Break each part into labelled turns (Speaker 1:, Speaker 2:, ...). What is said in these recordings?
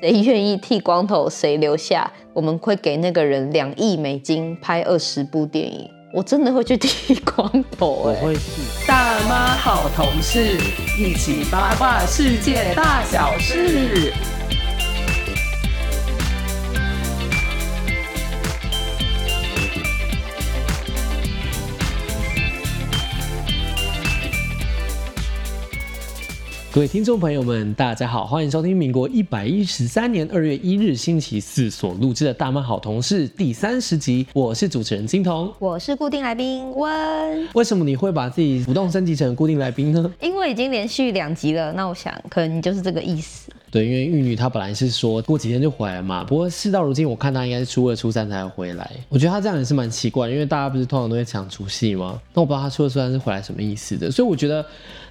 Speaker 1: 谁愿意剃光头谁留下，我们会给那个人两亿美金拍二十部电影。我真的会去剃光头
Speaker 2: 我
Speaker 1: 哎、
Speaker 2: 会剃。
Speaker 3: 大妈好同事，一起八卦世界大小事。
Speaker 2: 各位听众朋友们，大家好，欢迎收听民国一百一十三年二月一日星期四所录制的《大妈好同事》第三十集，我是主持人金童。
Speaker 1: 我是固定来宾温，
Speaker 2: 为什么你会把自己主动升级成固定来宾呢？
Speaker 1: 因为已经连续两集了，那我想可能就是这个意思。
Speaker 2: 对，因为玉女她本来是说过几天就回来嘛，不过事到如今，我看她应该是初二、初三才会回来。我觉得她这样也是蛮奇怪，因为大家不是通常都会抢除夕吗？那我不知道她初二、初三是回来什么意思的，所以我觉得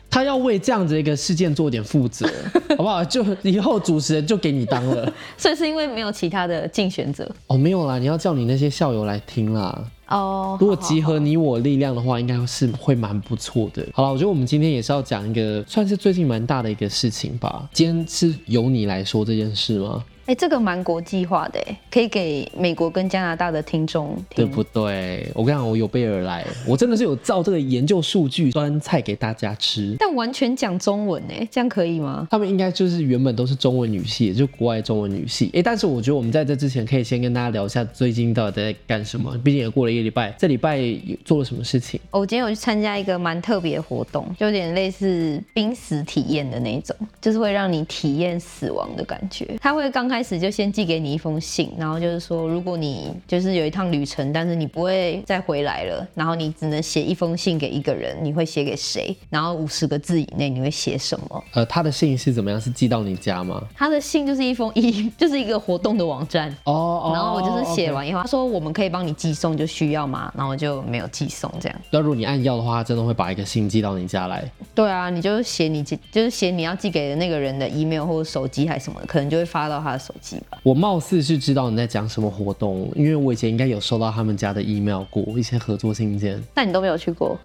Speaker 2: 她要为这样子一个事件做点负 责，好不好？就以后主持人就给你当了。
Speaker 1: 所以是因为没有其他的竞选者
Speaker 2: 哦，没有啦，你要叫你那些校友来听啦。
Speaker 1: 哦。
Speaker 2: 如果集合你我力量的话，应该是会蛮不错的。好了，我觉得我们今天也是要讲一个算是最近蛮大的一个事情吧。今天是由你来说这件事吗？
Speaker 1: 哎、这个蛮国际化的哎，可以给美国跟加拿大的听众
Speaker 2: 对
Speaker 1: 听。
Speaker 2: 不对？我跟你讲，我有备而来，我真的是有照这个研究数据端菜给大家吃。
Speaker 1: 但完全讲中文哎，这样可以吗？
Speaker 2: 他们应该就是原本都是中文语系，也就国外中文语系。诶，但是我觉得我们在这之前可以先跟大家聊一下最近到底在干什么，毕竟也过了一个礼拜，这礼拜有做了什么事情。
Speaker 1: 哦我今天有去参加一个蛮特别的活动，就有点类似濒死体验的那一种，就是会让你体验死亡的感觉。他会刚开始就先寄给你一封信，然后就是说，如果你就是有一趟旅程，但是你不会再回来了，然后你只能写一封信给一个人，你会写给谁？然后五十个字以内你会写什么？
Speaker 2: 呃，他的信是怎么样？是寄到你家吗？
Speaker 1: 他的信就是一封 一，就是一个活动的网站。
Speaker 2: 哦哦
Speaker 1: 然后我就是写
Speaker 2: OK
Speaker 1: 完以后，他说我们可以帮你寄送，就需要吗？然后我就没有寄送这样。
Speaker 2: 那如果你按要的话，他真的会把一个信寄到你家来。
Speaker 1: 对啊，你就写你寄，就是写你要寄给的那个人的 email 或者手机还是什么的，可能就会发到他的手机吧。
Speaker 2: 我貌似是知道你在讲什么活动，因为我以前应该有收到他们家的 email 过一些合作信件，
Speaker 1: 但你都没有去过，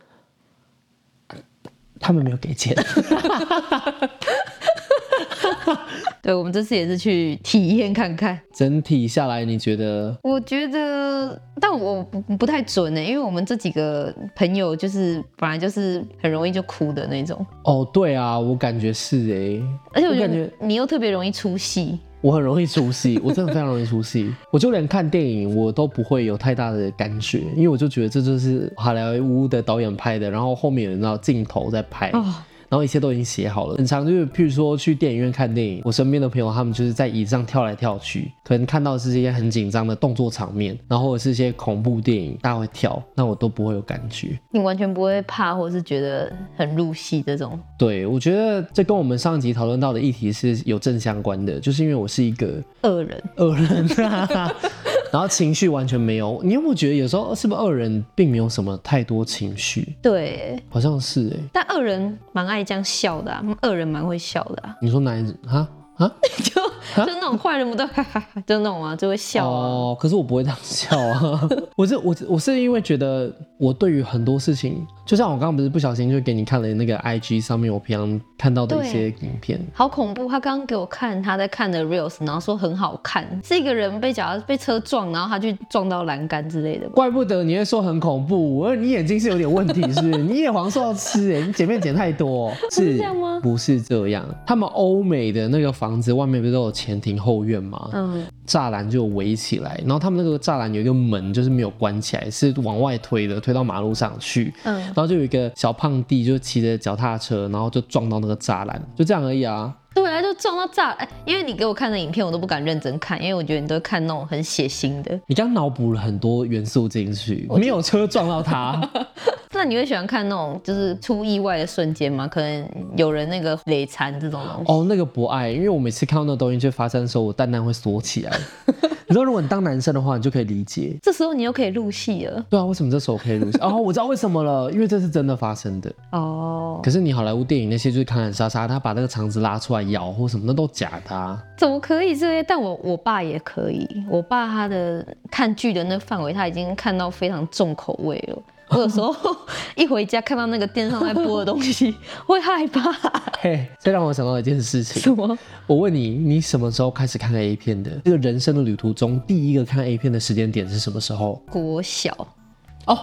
Speaker 2: 他们没有给钱。
Speaker 1: 对我们这次也是去体验看看。
Speaker 2: 整体下来，你觉得
Speaker 1: 我觉得，但我不不太准欸呢、因为我们这几个朋友就是本来就是很容易就哭的那种，
Speaker 2: 哦，对啊，我感觉是欸诶、
Speaker 1: 而且我觉
Speaker 2: 我感
Speaker 1: 得
Speaker 2: 觉
Speaker 1: 你又特别容易出戏。
Speaker 2: 我很容易出戏，我真的非常容易出戏。我就连看电影我都不会有太大的感觉，因为我就觉得这就是好莱坞的导演拍的，然后后面有人到镜头在拍。
Speaker 1: 哦
Speaker 2: 然后一切都已经写好了，很常就是，譬如说去电影院看电影，我身边的朋友他们就是在椅子上跳来跳去，可能看到的是一些很紧张的动作场面，然后或者是一些恐怖电影，大家会跳，那我都不会有感觉。
Speaker 1: 你完全不会怕，或是觉得很入戏这种。
Speaker 2: 对，我觉得这跟我们上一集讨论到的议题是有正相关的，就是因为我是一个
Speaker 1: 恶人，
Speaker 2: 恶人、啊， 然后情绪完全没有。你有没有觉得有时候是不是恶人并没有什么太多情绪？
Speaker 1: 对，欸
Speaker 2: 好像是哎、
Speaker 1: 但恶人蛮爱这样笑的、啊，恶人蛮会笑的啊。
Speaker 2: 你说男人啊啊
Speaker 1: 就就那种坏人不都哈哈哈，就那种啊，就会笑啊。
Speaker 2: 哦，可是我不会这样笑啊。 我是我我是因为觉得我对于很多事情，就像我刚刚不是不小心就给你看了那个 IG 上面我平常看到的一些影片，
Speaker 1: 好恐怖！他刚刚给我看他在看的 reels，然后说很好看，是一个人被脚被车撞，然后他去撞到栏杆之类的吧。
Speaker 2: 怪不得你会说很恐怖，我你眼睛是有点问题，是不 是？你叶黄素要吃、欸，你剪片剪太多、
Speaker 1: 是这样吗
Speaker 2: 不是这样，他们欧美的那个房子外面不是都有前庭后院吗？
Speaker 1: 嗯，
Speaker 2: 栅栏就围起来，然后他们那个栅栏有一个门，就是没有关起来，是往外推的，推到马路上去。
Speaker 1: 嗯
Speaker 2: 然后就有一个小胖弟就骑着脚踏车，然后就撞到那个栅栏，就这样而已啊。
Speaker 1: 对啊，就撞到炸！哎、因为你给我看的影片，我都不敢认真看，因为我觉得你都看那种很血腥的。
Speaker 2: 你刚脑补了很多元素进去，没有车撞到他，
Speaker 1: 那你会喜欢看那种就是出意外的瞬间吗？可能有人那个累残这种东西。
Speaker 2: 哦，那个不爱，因为我每次看到那个东西就发生的时候，我蛋蛋会缩起 来。你知道，如果你当男生的话，你就可以理解。
Speaker 1: 这时候你又可以入戏了
Speaker 2: 对啊，为什么这首可以录 下？哦，我知道为什么了，因为这是真的发生的。
Speaker 1: 哦。
Speaker 2: 可是你好莱坞电影那些就是砍砍杀杀，他把那个肠子拉出来咬或什么，那都假的、啊。
Speaker 1: 怎么可以这样？但我我爸也可以，我爸他的看剧的那范围他已经看到非常重口味了，我有时候 一回家看到那个电视上在播的东西， 会害怕。
Speaker 2: 嘿，这让我想到一件事情
Speaker 1: 什。么？
Speaker 2: 我问你，你什么时候开始看 A 片的？这个人生的旅途中，第一个看 A 片的时间点是什么时候？
Speaker 1: 国小？
Speaker 2: 哦，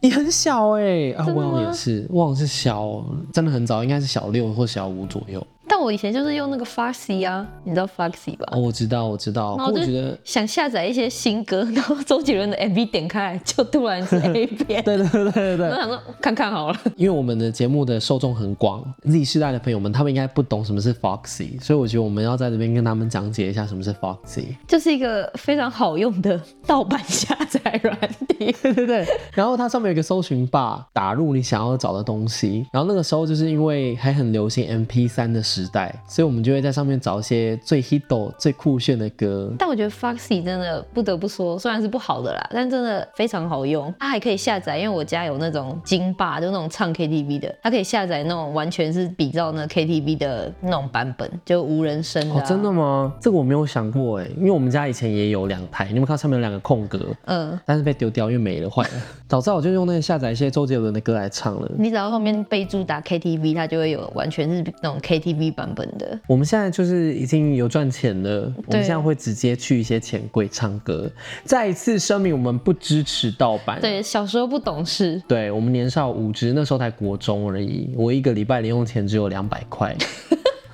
Speaker 2: 你很小哎、啊，
Speaker 1: 真的
Speaker 2: 我
Speaker 1: 吗
Speaker 2: 好像也是，我好像是小，真的很早，应该是小六或小五左右。
Speaker 1: 但我以前就是用那个 Foxy 啊，你知道 Foxy 吧？
Speaker 2: 哦，我知道，我知道，
Speaker 1: 然
Speaker 2: 不
Speaker 1: 后
Speaker 2: 过
Speaker 1: 我
Speaker 2: 我
Speaker 1: 就
Speaker 2: 觉得。
Speaker 1: 想下载一些新歌， 然后周杰伦的 MV 点开来，就突然 是 A 片。
Speaker 2: 对对对对
Speaker 1: 我
Speaker 2: 对，
Speaker 1: 想说看看好了，
Speaker 2: 因为我们的节目的受众很广，Z 世代的朋友们，他们应该不懂什么是 Foxy，所以我觉得我们要在这边跟他们讲解一下什么是 Foxy。
Speaker 1: 就是一个非常好用的盗版下载软体。
Speaker 2: 对对对，然后它上面有一个搜寻 bar，打入你想要找的东西。然后那个时候就是因为还很流行 MP 3的时代，所以我们就会在上面找一些最 hit、最酷炫的歌。
Speaker 1: 但我觉得 Foxy 真的不得不说，虽然是不好的啦，但真的非常好用。它还可以下载，因为我家有那种金霸，就那种唱 KTV 的，它可以下载那种完全是比照那 KTV 的那种版本，就无人声的、啊
Speaker 2: 哦，真的？吗？这个我没有想过哎，因为我们家以前也有两台，你们看上面有两个空格，
Speaker 1: 嗯、
Speaker 2: 但是被丢掉，因为没了，坏 了。早知道我就用那个下载一些周杰伦的歌来唱了。
Speaker 1: 你只要后面备注打 KTV，它就会有完全是那种 KTV 版本的。
Speaker 2: 我们现在就是已经有赚钱了，我们现在会直接去一些钱柜唱歌。再一次声明，我们不支持盗版。
Speaker 1: 对，小时候不懂事，
Speaker 2: 对我们年少无知，那时候才国中而已，我一个礼拜零用钱只有两百 块。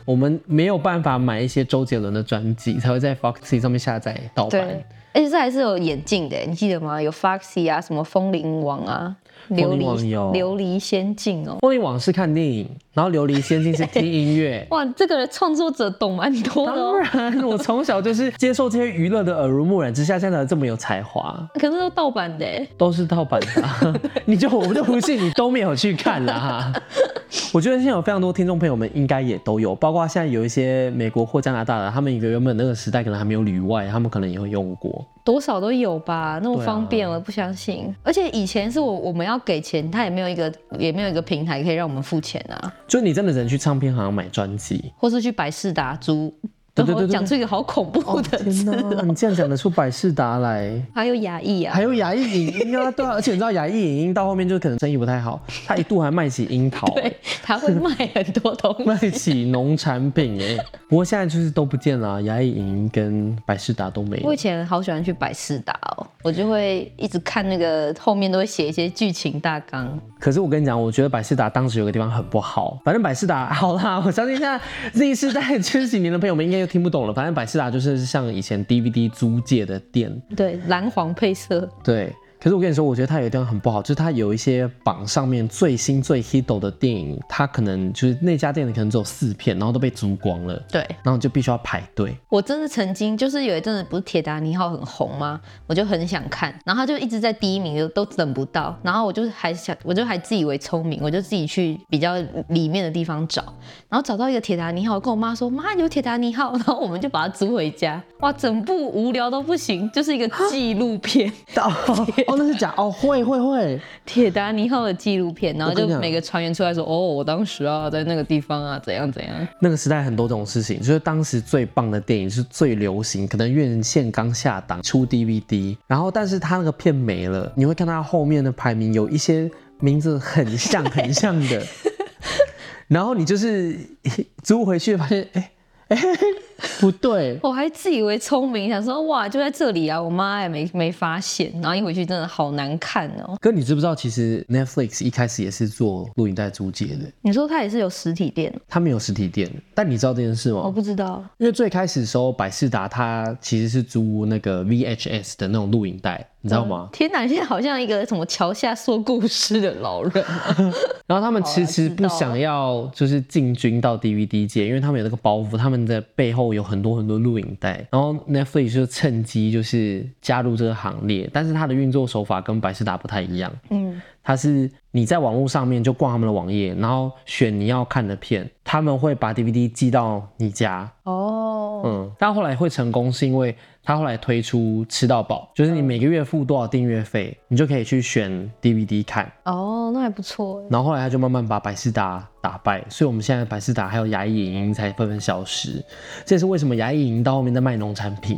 Speaker 2: 我们没有办法买一些周杰伦的专辑，才会在 Foxy 上面下载盗版
Speaker 1: 对。，而且这还是有眼镜的，你记得吗？有 Foxy 啊，什么风铃王啊，琉
Speaker 2: 风铃王
Speaker 1: 璃
Speaker 2: 有
Speaker 1: 琉璃仙境哦。。
Speaker 2: 玻璃网是看电影，然后琉璃仙境是听音乐
Speaker 1: 哇，这个创作者懂蛮多的、哦
Speaker 2: 当，然，我从小就是接受这些娱乐的耳濡目染之下，现在才这么有才华，
Speaker 1: 可是都盗版的。欸
Speaker 2: 都是盗版的 啊、你就我就不信你都没有去看啦。 我觉得现在有非常多听众朋友们应该也都有，包括现在有一些美国或加拿大的，他们一个原本那个时代可能还没有旅外，他们可能也会用过。
Speaker 1: 多少都有吧，那么
Speaker 2: 对啊
Speaker 1: 方便，我不相信。而且以前是我我们要给钱，他也没有一个也没有一个平台可以让我们付钱啊，
Speaker 2: 就你真的只能去唱片行买专辑。
Speaker 1: 或是去百事达租。
Speaker 2: 对对对对
Speaker 1: 然
Speaker 2: 哦
Speaker 1: 后讲出一个好恐怖的
Speaker 2: 天
Speaker 1: 字，
Speaker 2: 哪，你竟然讲得出百事达来，
Speaker 1: 还有雅艺啊
Speaker 2: 还，有雅艺影音啊，对啊，而且你知道雅艺影音到后面就可能生意不太好，他一度还卖起樱 桃、
Speaker 1: 对，他会卖很多东西。
Speaker 2: 卖起农产品哎、不过现在就是都不见了啊，雅艺影音跟百事达都没
Speaker 1: 我
Speaker 2: 有
Speaker 1: 以。前好喜欢去百事达哦，我就会一直看那个后面都会写一些剧情大纲。
Speaker 2: 可是我跟你讲，我觉得百事达当时有个地方很不好，反正百事达好啦，我相信现在 Z 世代这几年的朋友们应该就听不懂了。反正百事达就是像以前 DVD 租借的店，
Speaker 1: 对，蓝黄配色，
Speaker 2: 对，可是我跟你说，我觉得它有一地方很不好，就是它有一些榜上面最新最 hit 的电影，它可能就是那家店的可能只有四片，然后都被租光了，
Speaker 1: 对
Speaker 2: 然后你就必须要排队。
Speaker 1: 我真的曾经就是有一阵子不是铁达尼号很红吗？我就很想看，然后他就一直在第一名，都等不到。然后我就还想，我就还自以为聪明，我就自己去比较里面的地方找，然后找到一个铁达尼号，我跟我妈说：“妈，有铁达尼号。”然后我们就把它租回 家。哇，整部无聊到不行，就是一个纪录 片，
Speaker 2: 哦，哦那是假哦，会会会，
Speaker 1: 铁达尼号的纪录片，然后
Speaker 2: 我跟
Speaker 1: 就
Speaker 2: 你讲
Speaker 1: 每个船员出来说：“哦，我当时啊，在那个地方啊，怎样怎样。
Speaker 2: 那个时代很多这种事情，就是当时最棒的电影是最流行，可能院线刚下档出 DVD，然后但是它那个片没了，你会看到后面的排名有一些名字很像很像的，然后你就是 租回去发现，哎、哎、不对”，
Speaker 1: 我还自以为聪明，想说：“哇，就在这里啊！”我妈也没没发现，然后一回去真的好难看哦。
Speaker 2: 哥你知不知道其实 Netflix 一开始也是做录影带租借的，
Speaker 1: 你说它也是有实体店？
Speaker 2: 它没有实体店，但你知道这件事吗？
Speaker 1: 我不知道。
Speaker 2: 因为最开始的时候，百事达它其实是租那个 VHS 的那种录影带，你知道吗？
Speaker 1: 天哪，你现在好像一个什么桥下说故事的老人。
Speaker 2: 然后他们
Speaker 1: 好啦
Speaker 2: 迟迟
Speaker 1: 知
Speaker 2: 不
Speaker 1: 道
Speaker 2: 想要就是进军到 DVD 界，因为他们有那个包袱，他们的背后有很多很多录影带。然后 Netflix 就趁机就是加入这个行列，但是它的运作手法跟百事达不太一样，
Speaker 1: 嗯，
Speaker 2: 它是你在网络上面就逛他们的网页，然后选你要看的片，他们会把 DVD 寄到你家，
Speaker 1: 哦，
Speaker 2: 嗯，但后来会成功是因为他后来推出吃到饱，就是你每个月付多少订阅费，你就可以去选 DVD 看。
Speaker 1: 哦，那还不错耶。
Speaker 2: 然后后来他就慢慢把百事达打败，所以我们现在百事达还有牙医影音才纷纷消失。这也是为什么牙医影音到后面在卖农产品，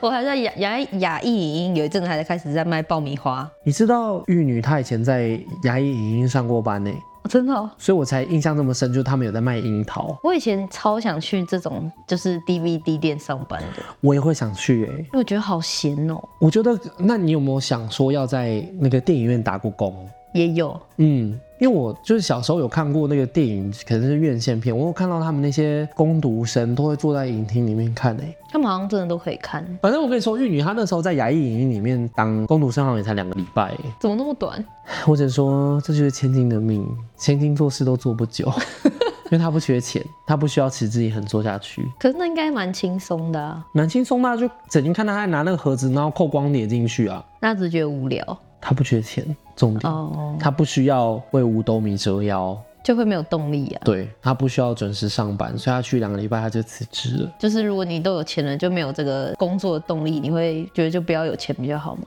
Speaker 1: 我还在雅雅雅艺影音有一阵子还在开始在卖爆米花，
Speaker 2: 你知道玉女她以前在牙医影音上过班呢、
Speaker 1: 哦真的、哦。
Speaker 2: 所以我才印象这么深，就是他们有在卖樱桃，
Speaker 1: 我以前超想去这种就是 DVD 店上班的，
Speaker 2: 我也会想去哎、
Speaker 1: 因为我觉得好闲哦。
Speaker 2: 我觉得，那你有没有想说要在那个电影院打过工？
Speaker 1: 也有，
Speaker 2: 嗯，因为我就是小时候有看过那个电影，可能是院线片，我有看到他们那些工读生都会坐在影厅里面看诶、欸
Speaker 1: 他们好像真的都可以看，
Speaker 2: 反正我跟你说，玉女她那时候在牙医影音里面当工读生，好像也才两个礼拜、欸。
Speaker 1: 怎么那么短？
Speaker 2: 或者说，这就是千金的命，千金做事都做不久，因为她不缺钱，她不需要持之以恒做下去，
Speaker 1: 可是那应该蛮轻松的、啊，
Speaker 2: 蛮轻松嘛。就整天看她还拿那个盒子，然后扣光碟进去啊。
Speaker 1: 那只觉得无聊
Speaker 2: 她不缺钱，重点，
Speaker 1: 哦，
Speaker 2: 她不需要为五斗米折腰，
Speaker 1: 就会没有动力啊。
Speaker 2: 对她不需要准时上班，所以她去两个礼拜她就辞职了。
Speaker 1: 就是如果你都有钱了，就没有这个工作的动力，你会觉得就不要有钱比较好吗？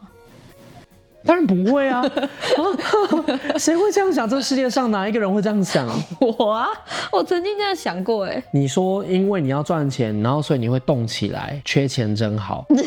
Speaker 2: 当然不会啊，啊谁会这样想？这世界上哪一个人会这样想？
Speaker 1: 我啊，我曾经这样想过，哎，
Speaker 2: 你说，因为你要赚钱，然后所以你会动起来，缺钱真好。
Speaker 1: 嗯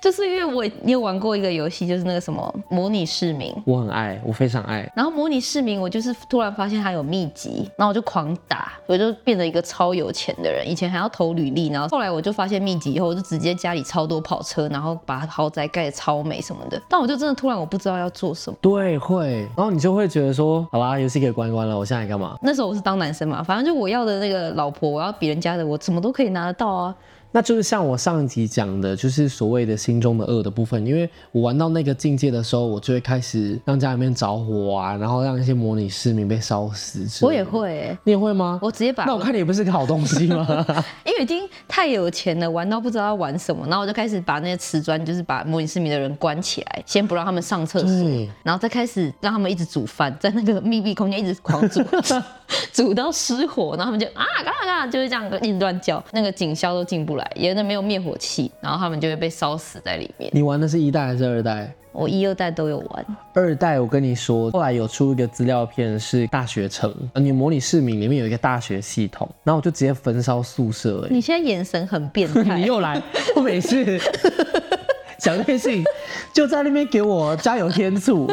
Speaker 1: 就是因为我你有玩过一个游戏，就是那个什么模拟市民，
Speaker 2: 我很爱，我非常爱。
Speaker 1: 然后模拟市民，我就是突然发现它有秘籍，然后我就狂打，我就变得一个超有钱的人。以前还要投履历，然后后来我就发现秘籍以后，我就直接家里超多跑车，然后把豪宅盖得超美什么的。但我就真的突然我不知道要做什么。
Speaker 2: 对，会，然后你就会觉得说，好啦，游戏可以关一关了，我现在干嘛？
Speaker 1: 那时候我是当男生嘛，反正就我要的那个老婆，我要别人家的，我什么都可以拿得到啊。
Speaker 2: 那就是像我上一集讲的，就是所谓的心中的恶的部分。因为我玩到那个境界的时候，我就会开始让家里面着火啊，然后让一些模拟市民被烧死之类的。
Speaker 1: 我也，会、欸，
Speaker 2: 你也会吗？
Speaker 1: 我直接把
Speaker 2: 那我看你也不是个好东 西吗？
Speaker 1: 因为已经太有钱了，玩到不知道要玩什么，然后我就开始把那些瓷砖，就是把模拟市民的人关起来，先不让他们上厕所，
Speaker 2: 对，
Speaker 1: 然后再开始让他们一直煮饭，在那个密闭空间一直狂煮， 煮到失火，然后他们就啊嘎啦嘎啦，就是这样一直乱叫，那个警消都进不来，因为那没有灭火器，然后他们就会被烧死在里面。
Speaker 2: 你玩的是一代还是二代？
Speaker 1: 我一二代都有玩，
Speaker 2: 二代，我跟你说，后来有出一个资料片是大学城，呃你模拟市民里面有一个大学系统，然后我就直接焚烧宿舍、欸，
Speaker 1: 你现在眼神很变 态
Speaker 2: 你。又来，我每次 讲那些事情，就在那边给我加油添醋。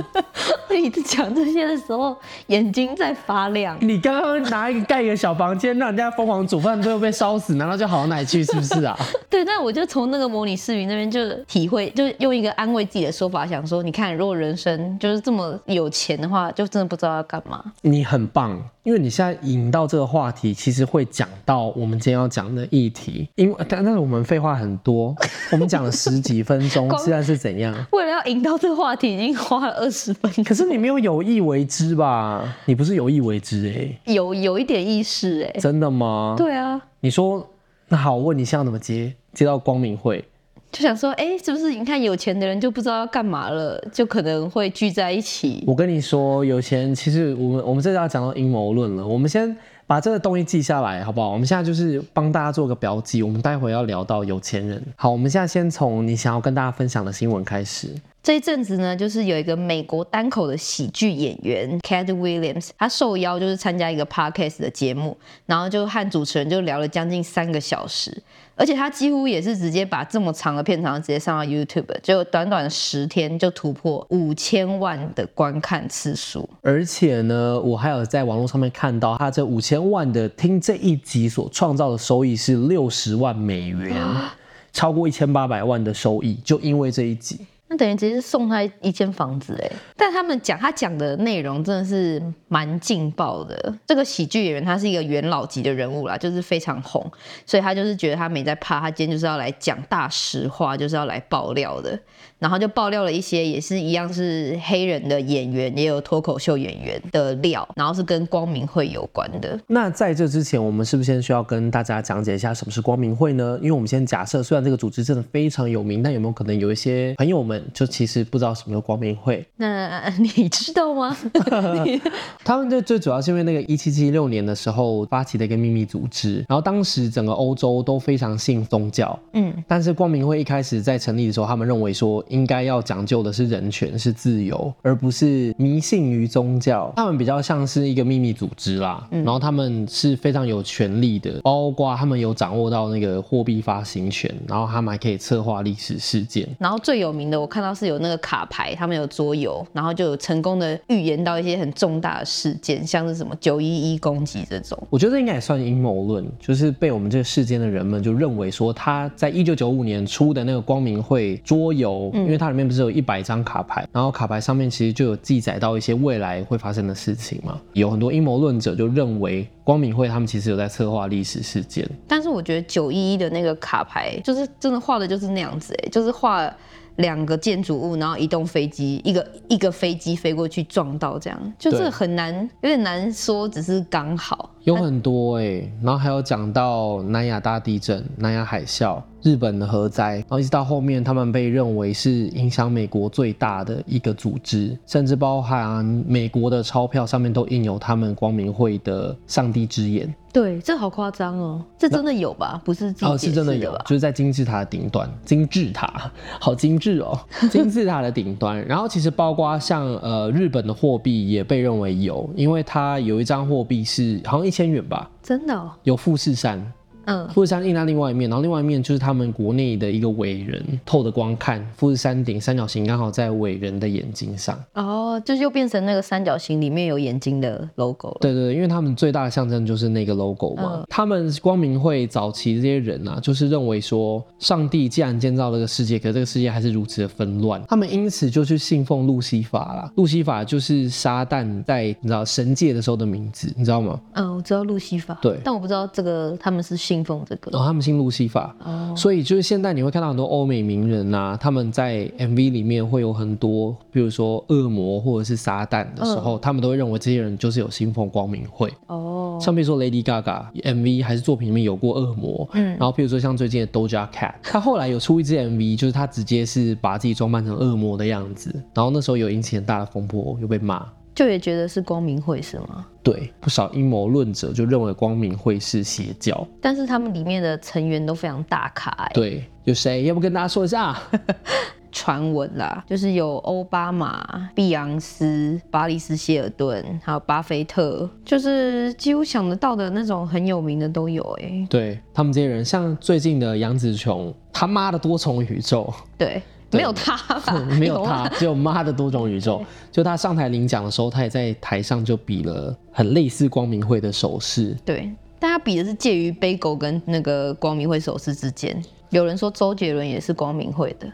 Speaker 1: 你 讲这些的时候，眼睛在发亮。
Speaker 2: 你刚刚拿一个盖一个小房间，让人家疯狂煮饭，最后被烧死，难道就好到哪里去？是不是啊？
Speaker 1: 对，但我就从那个模拟市民那边就体会，就用一个安慰自己的说法，想说，你看，如果人生就是这么有钱的话，就真的不知道要干嘛。
Speaker 2: 你很棒，因为你现在引到这个话题，其实会讲到我们今天要讲的议题。因为但但是我们废话很多，我们讲了十几分钟，
Speaker 1: 光
Speaker 2: 现在是怎样？
Speaker 1: 为了要引到这个话题，已经花了二十分钟，
Speaker 2: 可是你没有有意为之吧？你不是有意为之哎、
Speaker 1: 有有一点意识哎、
Speaker 2: 真的吗？，
Speaker 1: 对啊，
Speaker 2: 你说那好，我问你现在要怎么接？接到光明会，
Speaker 1: 就想说，哎、是不是你看有钱的人就不知道要干嘛了，就可能会聚在一起。
Speaker 2: 我跟你说，有钱人其实我们我们这要讲到阴谋论了，我们先把这个东西记下来，好不好？我们现在就是帮大家做个标记，我们待会要聊到有钱人。好，我们现在先从你想要跟大家分享的新闻开始。
Speaker 1: 这一阵子呢，就是有一个美国单口的喜剧演员 Cat Williams，他受邀就是参加一个 podcast 的节目，然后就和主持人就聊了将近三个小时，而且他几乎也是直接把这么长的片长直接上到 YouTube，就短短十天就突破五千万的观看次数。
Speaker 2: 而且呢，我还有在网络上面看到，他这五千万的听这一集所创造的收益是六十万美元，超过一千八百万的收益，就因为这一集。
Speaker 1: 那等于直接送他一间房子哎，但他们讲他讲的内容真的是蛮劲爆的。这个喜剧演员他是一个元老级的人物啦，就是非常红，所以他就是觉得他没在怕，他今天就是要来讲大实话，就是要来爆料的。然后就爆料了一些也是一样是黑人的演员，也有脱口秀演员的料，然后是跟光明会有关的。
Speaker 2: 那在这之前，我们是不是先需要跟大家讲解一下什么是光明会呢？因为我们先假设，虽然这个组织真的非常有名，但有没有可能有一些朋友们们就其实不知道什么时候光明会，
Speaker 1: 那 你知道 吗？
Speaker 2: 他们就最主要是因为那个一七七六年的时候发起的一个秘密组织，然后当时整个欧洲都非常信宗教，
Speaker 1: 嗯，
Speaker 2: 但是光明会一开始在成立的时候，他们认为说应该要讲究的是人权、是自由，而不是迷信于宗教。他们比较像是一个秘密组织啦，然后他们是非常有权力的，包括他们有掌握到那个货币发行权，然后他们还可以策划历史事件。
Speaker 1: 然后最有名的，我看到是有那个卡牌，他们有桌游，然后就有成功的预言到一些很重大的事件，像是什么九一一攻击这种。
Speaker 2: 我觉得这应该也算阴谋论，就是被我们这个世间的人们就认为说，他在一九九五年出的那个光明会桌游，因为它里面不是有一百张卡牌，然后卡牌上面其实就有记载到一些未来会发生的事情嘛。有很多阴谋论者就认为光明会他们其实有在策划历史事件，
Speaker 1: 但是我觉得九一一的那个卡牌，就是真的画的就是那样子、欸，就是画两个建筑物，然后一栋飞机，一个一个飞机飞过去撞到这样，就
Speaker 2: 对
Speaker 1: 这个很难，有点难说，只是刚好。
Speaker 2: 有很多哎、然后还有讲到南亚大地震、南亚海啸、日本的核灾，然后一直到后面他们被认为是影响美国最大的一个组织，甚至包含美国的钞票上面都印有他们光明会的“上帝之眼
Speaker 1: 对，这好夸张哦，这真的有吧？不是”，自己
Speaker 2: 哦，
Speaker 1: 解释
Speaker 2: 是真的有
Speaker 1: 吧，？
Speaker 2: 就是在金字塔的顶端，金字塔好精致哦，金字塔的顶端。然后其实包括像呃日本的货币也被认为有，因为它有一张货币是好像一千元吧，
Speaker 1: 真的、哦，
Speaker 2: 有富士山。
Speaker 1: 嗯，
Speaker 2: 富士山印在另外一面，然后另外一面就是他们国内的一个伟人，透着光看富士山顶三角形刚好在伟人的眼睛上。
Speaker 1: 哦，就又变成那个三角形里面有眼睛的 logo 了。
Speaker 2: 对对对，因为他们最大的象征就是那个 logo 嘛。
Speaker 1: 嗯
Speaker 2: 他们光明会早期这些人啊，就是认为说，上帝既然建造了这个世界，可这个世界还是如此的纷乱，他们因此就去信奉路西法啦。路西法就是撒旦在你知道神界的时候的名字，你知道吗？
Speaker 1: 嗯，我知道路西法，
Speaker 2: 对
Speaker 1: 但我不知道这个他们是信奉这个
Speaker 2: 然。后他们信路西法，
Speaker 1: 哦，
Speaker 2: 所以就是现在你会看到很多欧美名人啊，他们在 MV 里面会有很多，比如说恶魔或者是撒旦的时候，他们都会认为这些人就是有信奉光明会。
Speaker 1: 嗯哦，
Speaker 2: 像比如说 Lady Gaga MV 还是作品里面有过恶魔，嗯，然后比如说像最近的 Doja Cat，她后来有出一支 MV，就是她直接是把自己装扮成恶魔的样子，然后那时候有引起很大的风波，又被骂。
Speaker 1: 就也觉得是光明会是吗？
Speaker 2: 对，不少阴谋论者就认为光明会是邪教。
Speaker 1: 但是他们里面的成员都非常大咖、欸，
Speaker 2: 对，有谁？要不跟大家说一下？
Speaker 1: 传闻啦，就是有奥巴马、碧昂斯、巴里斯希尔顿，还有巴菲特，就是几乎想得到的那种很有名的都有、欸。
Speaker 2: 对他们这些人，像最近的杨紫琼，他妈的多重宇宙，
Speaker 1: 对，
Speaker 2: 对
Speaker 1: 没有他吧？
Speaker 2: 没有
Speaker 1: 啊
Speaker 2: 他，只有妈的多重宇 宙。就他上台领奖的时候，他也在台上就比了很类似光明会的手势。
Speaker 1: 对，但他比的是介于杯狗跟那个光明会手势之间。有人说周杰伦也是光明会的，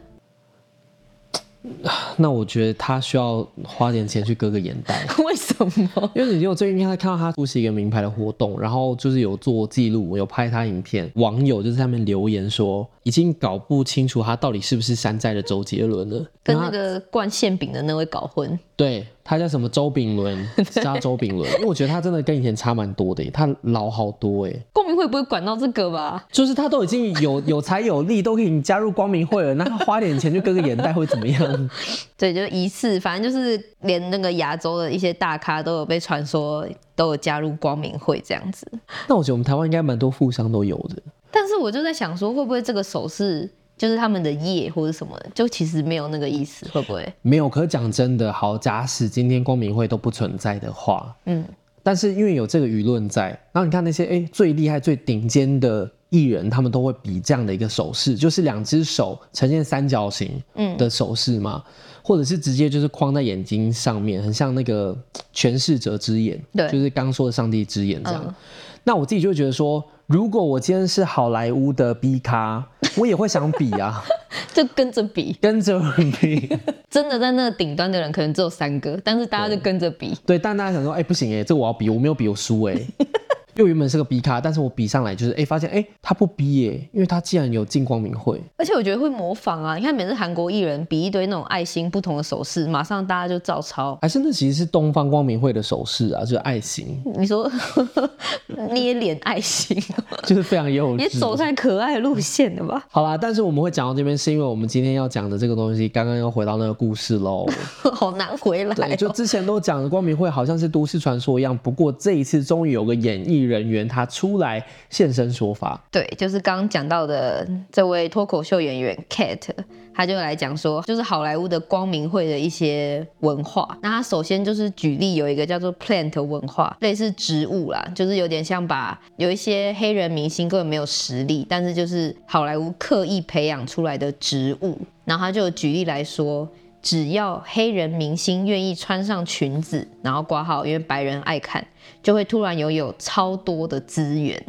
Speaker 2: 那我觉得他需要花点钱去割个眼 袋。
Speaker 1: 为什么？
Speaker 2: 因为你有最近看看到他出席一个名牌的活动，然后就是有做记录，有拍他影片，网友就在下面留言说，已经搞不清楚他到底是不是山寨的周杰伦了。
Speaker 1: 跟
Speaker 2: 因为
Speaker 1: 那
Speaker 2: 他
Speaker 1: 个灌馅饼的那位搞混，
Speaker 2: 对他叫什么周炳伦，是叫周炳伦，因为我觉得他真的跟以前差蛮多的耶，他老好多哎，
Speaker 1: 光明会不会管到这个吧？
Speaker 2: 就是他都已经有 有才有力，都可以加入光明会了，那他花点钱去割个眼袋会怎么样？
Speaker 1: 对，就疑似，反正就是连那个亚洲的一些大咖都有被传说都有加入光明会这样子。
Speaker 2: 那我觉得我们台湾应该蛮多富商都有的，
Speaker 1: 但是我就在想说，会不会这个手势就是他们的业或者什么的，就其实没有那个意思，会不会？
Speaker 2: 没有。可是讲真的，好，假使今天光明会都不存在的话，
Speaker 1: 嗯，
Speaker 2: 但是因为有这个舆论在，然后你看那些哎、诶最厉害、最顶尖的艺人，他们都会比这样的一个手势，就是两只手呈现三角形
Speaker 1: 嗯
Speaker 2: 的手势嘛，或者是直接就是框在眼睛上面，很像那个诠释者之眼，
Speaker 1: 对
Speaker 2: 就是刚说的上帝之眼这样。
Speaker 1: 嗯
Speaker 2: 那我自己就会觉得说，如果我今天是好莱坞的 B 咖，我也会想比啊，
Speaker 1: 就跟着比，
Speaker 2: 跟着比。
Speaker 1: 真的在那个顶端的人可能只有三个，但是大家就跟着比。
Speaker 2: 对，但大家想说，哎、不行哎、这个我要比，我没有比我输哎、因为我原本是个 B 咖，但是我比上来就是哎、发现哎、他不 B 耶、因为他既然有进光明会，
Speaker 1: 而且我觉得会模仿啊，你看每次韩国艺人比一堆那种爱心不同的手势，马上大家就照抄。
Speaker 2: 还是那其实是东方光明会的手势啊，就是爱心，
Speaker 1: 你说 捏脸爱心，
Speaker 2: 就是非常幼稚。
Speaker 1: 也走在可爱路线的吧？
Speaker 2: 好啦，但是我们会讲到这边，是因为我们今天要讲的这个东西，刚刚又回到那个故事喽。
Speaker 1: 好难回来、
Speaker 2: 对，就
Speaker 1: 哦。
Speaker 2: 之前都讲的光明会好像是都市传说一样，不过这一次终于有个演艺人员他出来现身说法。
Speaker 1: 对，就是刚刚讲到的这位脱口秀演员 Cat，他就来讲说，就是好莱坞的光明会的一些文化。那他首先就是举例有一个叫做 plant 文化，类似植物啦，就是有点像把有一些黑人明星根本没有实力，但是就是好莱坞刻意培养出来的植物。然后他就有举例来说，只要黑人明星愿意穿上裙子，然后挂号，因为白人爱看，就会突然拥有超多的资源。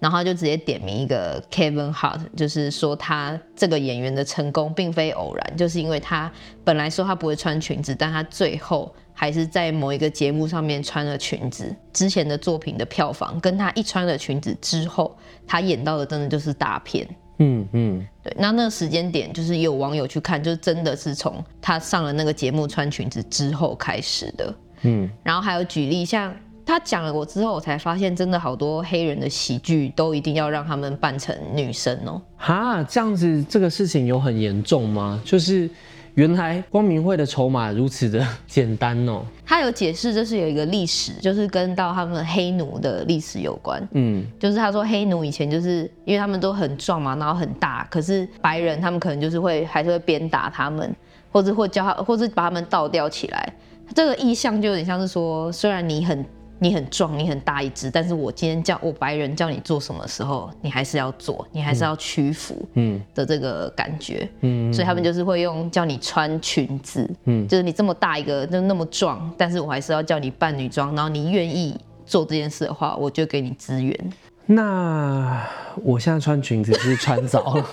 Speaker 1: 然后他就直接点名一个 Kevin Hart，就是说他这个演员的成功并非偶然，就是因为他本来说他不会穿裙子，但他最后还是在某一个节目上面穿了裙子。之前的作品的票房跟他一穿了裙子之后，他演到的真的就是大片。
Speaker 2: 嗯嗯，
Speaker 1: 对，那那个时间点就是有网友去看，就真的是从他上了那个节目穿裙子之后开始的。
Speaker 2: 嗯，
Speaker 1: 然后还有举例，像他讲了我之后，我才发现真的好多黑人的喜剧都一定要让他们扮成女生哦。
Speaker 2: 哈，这样子这个事情有很严重吗？就是原来光明会的筹码如此的 简单哦。
Speaker 1: 他有解释，这是有一个历史，就是跟到他们黑奴的历史有关。
Speaker 2: 嗯，
Speaker 1: 就是他说黑奴以前就是因为他们都很壮嘛，然后很大，可是白人他们可能就是会还是会鞭打他们，或者会叫他，或者把他们倒吊起来。这个意象就有点像是说，虽然你很你很壮，你很大一只，但是我今天叫我白人叫你做什么时候，你还是要做，你还是要屈服。
Speaker 2: 嗯
Speaker 1: 的这个感觉，
Speaker 2: 嗯
Speaker 1: 所以他们就是会用叫你穿裙子，
Speaker 2: 嗯
Speaker 1: 就是你这么大一个，就那么壮，但是我还是要叫你扮女装，然后你愿意做这件事的话，我就给你资源。
Speaker 2: 那我现在穿裙子是穿早了，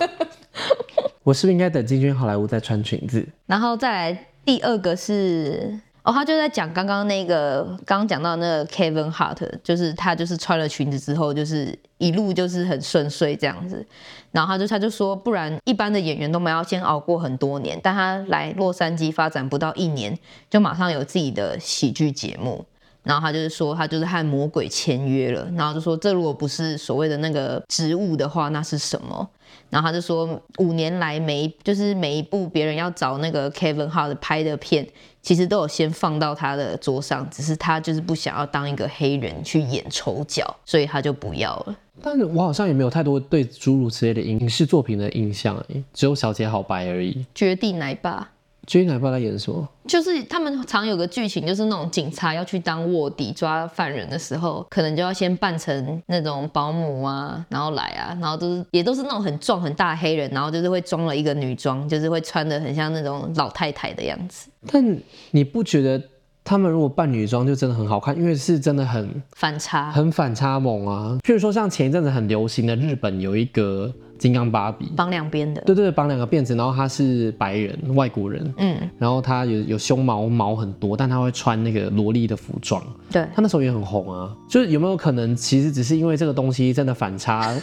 Speaker 2: 我是不是应该等进军好莱坞再穿裙子？
Speaker 1: 然后再来第二个是。哦，他就在讲刚刚那个，刚刚讲到那个 Kevin Hart，就是他就是穿了裙子之后，就是一路就是很顺遂这样子。然后他就他就说，不然一般的演员都没有先熬过很多年，但他来洛杉矶发展不到一年，就马上有自己的喜剧节目。然后他就是说，他就是和魔鬼签约了。然后就说，这如果不是所谓的那个植物的话，那是什么？然后他就说，五年来每一就是每一部别人要找那个 Kevin Hart 拍的片，其实都有先放到他的桌上，只是他就是不想要当一个黑人去演丑角，所以他就不要了。
Speaker 2: 但是我好像也没有太多对诸如此类的影视作品的印象欸，只有《小姐好白》而已。
Speaker 1: 绝地奶爸
Speaker 2: 最近奶爸在演什么？
Speaker 1: 就是他们常有个剧情，就是那种警察要去当卧底抓犯人的时候，可能就要先扮成那种保姆啊，然后来啊，然后都是也都是那种很壮很大的黑人，然后就是会装了一个女装，就是会穿的很像那种老太太的样子，
Speaker 2: 但你不觉得他们如果扮女装就真的很好看，因为是真的很
Speaker 1: 反差。
Speaker 2: 很反差萌啊。譬如说像前一阵子很流行的日本有一个金刚芭比，
Speaker 1: 绑两边的，
Speaker 2: 对对对，绑两个辫子，然后他是白人外国人，
Speaker 1: 嗯，
Speaker 2: 然后他有有胸毛毛很多，但他会穿那个萝莉的服装，
Speaker 1: 对，
Speaker 2: 他那时候也很红啊。就是有没有可能，其实只是因为这个东西真的反差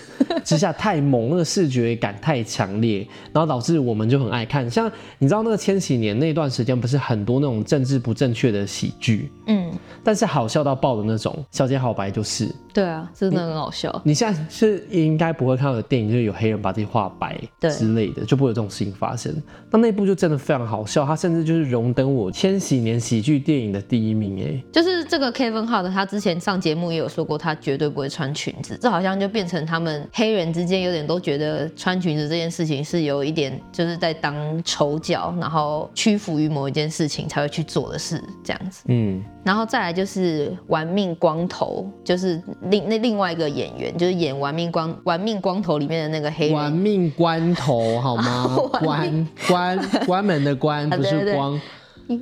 Speaker 2: 之下太萌，那个视觉感太强烈，然后导致我们就很爱看。像你知道那个千禧年那段时间，不是很多那种政治不正确的喜剧，
Speaker 1: 嗯，
Speaker 2: 但是好笑到爆的那种，《小姐好白》就是。
Speaker 1: 对啊，真的很好笑。
Speaker 2: 你现在是应该不会看到的电影，就是有黑人把自己画白
Speaker 1: 对
Speaker 2: 之类的，就不会有这种事情发生。那那部就真的非常好笑，它甚至就是荣登我千禧年喜剧电影的第一名哎。
Speaker 1: 就是这个 Kevin Hart，他之前上节目也有说过，他绝对不会穿裙子。这好像就变成他们黑人之间有点都觉得穿裙子这件事情是有一点就是在当丑角，然后屈服于某一件事情才会去做的事这样子。
Speaker 2: 嗯，
Speaker 1: 然后再来就是玩命光头，就是另那另外一个演员，就是演玩命光玩命光头里面的那个黑
Speaker 2: 玩
Speaker 1: 人。
Speaker 2: 命关头好 吗？关关关门的 关
Speaker 1: 啊
Speaker 2: 不
Speaker 1: 对对
Speaker 2: 是
Speaker 1: 对
Speaker 2: 光。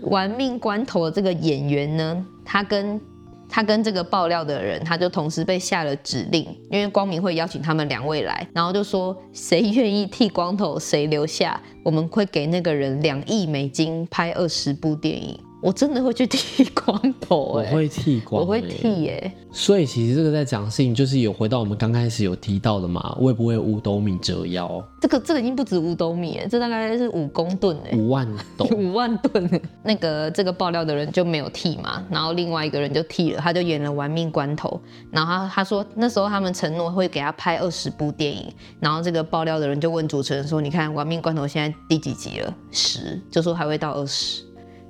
Speaker 1: 玩命关头的这个演员呢，他跟他跟这个爆料的人，他就同时被下了指令，因为光明会邀请他们两位来，然后就说谁愿意剃光头谁留下，我们会给那个人两亿美金拍二十部电影。我真的会去剃光头
Speaker 2: 我
Speaker 1: 哎、
Speaker 2: 会剃光、
Speaker 1: 我会
Speaker 2: 欸
Speaker 1: 剃耶、
Speaker 2: 所以其实这个在讲的事情，就是有回到我们刚开始有提到的嘛，为不为五斗米折腰，
Speaker 1: 这个这个已经不止五斗米哎、这大概是五公吨哎、。
Speaker 2: 五万斗
Speaker 1: 五万吨欸，那个这个爆料的人就没有剃嘛，然后另外一个人就剃了，他就演了《玩命关头》，然后他他说那时候他们承诺会给他拍二十部电影，然后这个爆料的人就问主持人说：“你看《玩命关头》现在第几集了？十，就说还会到二十。”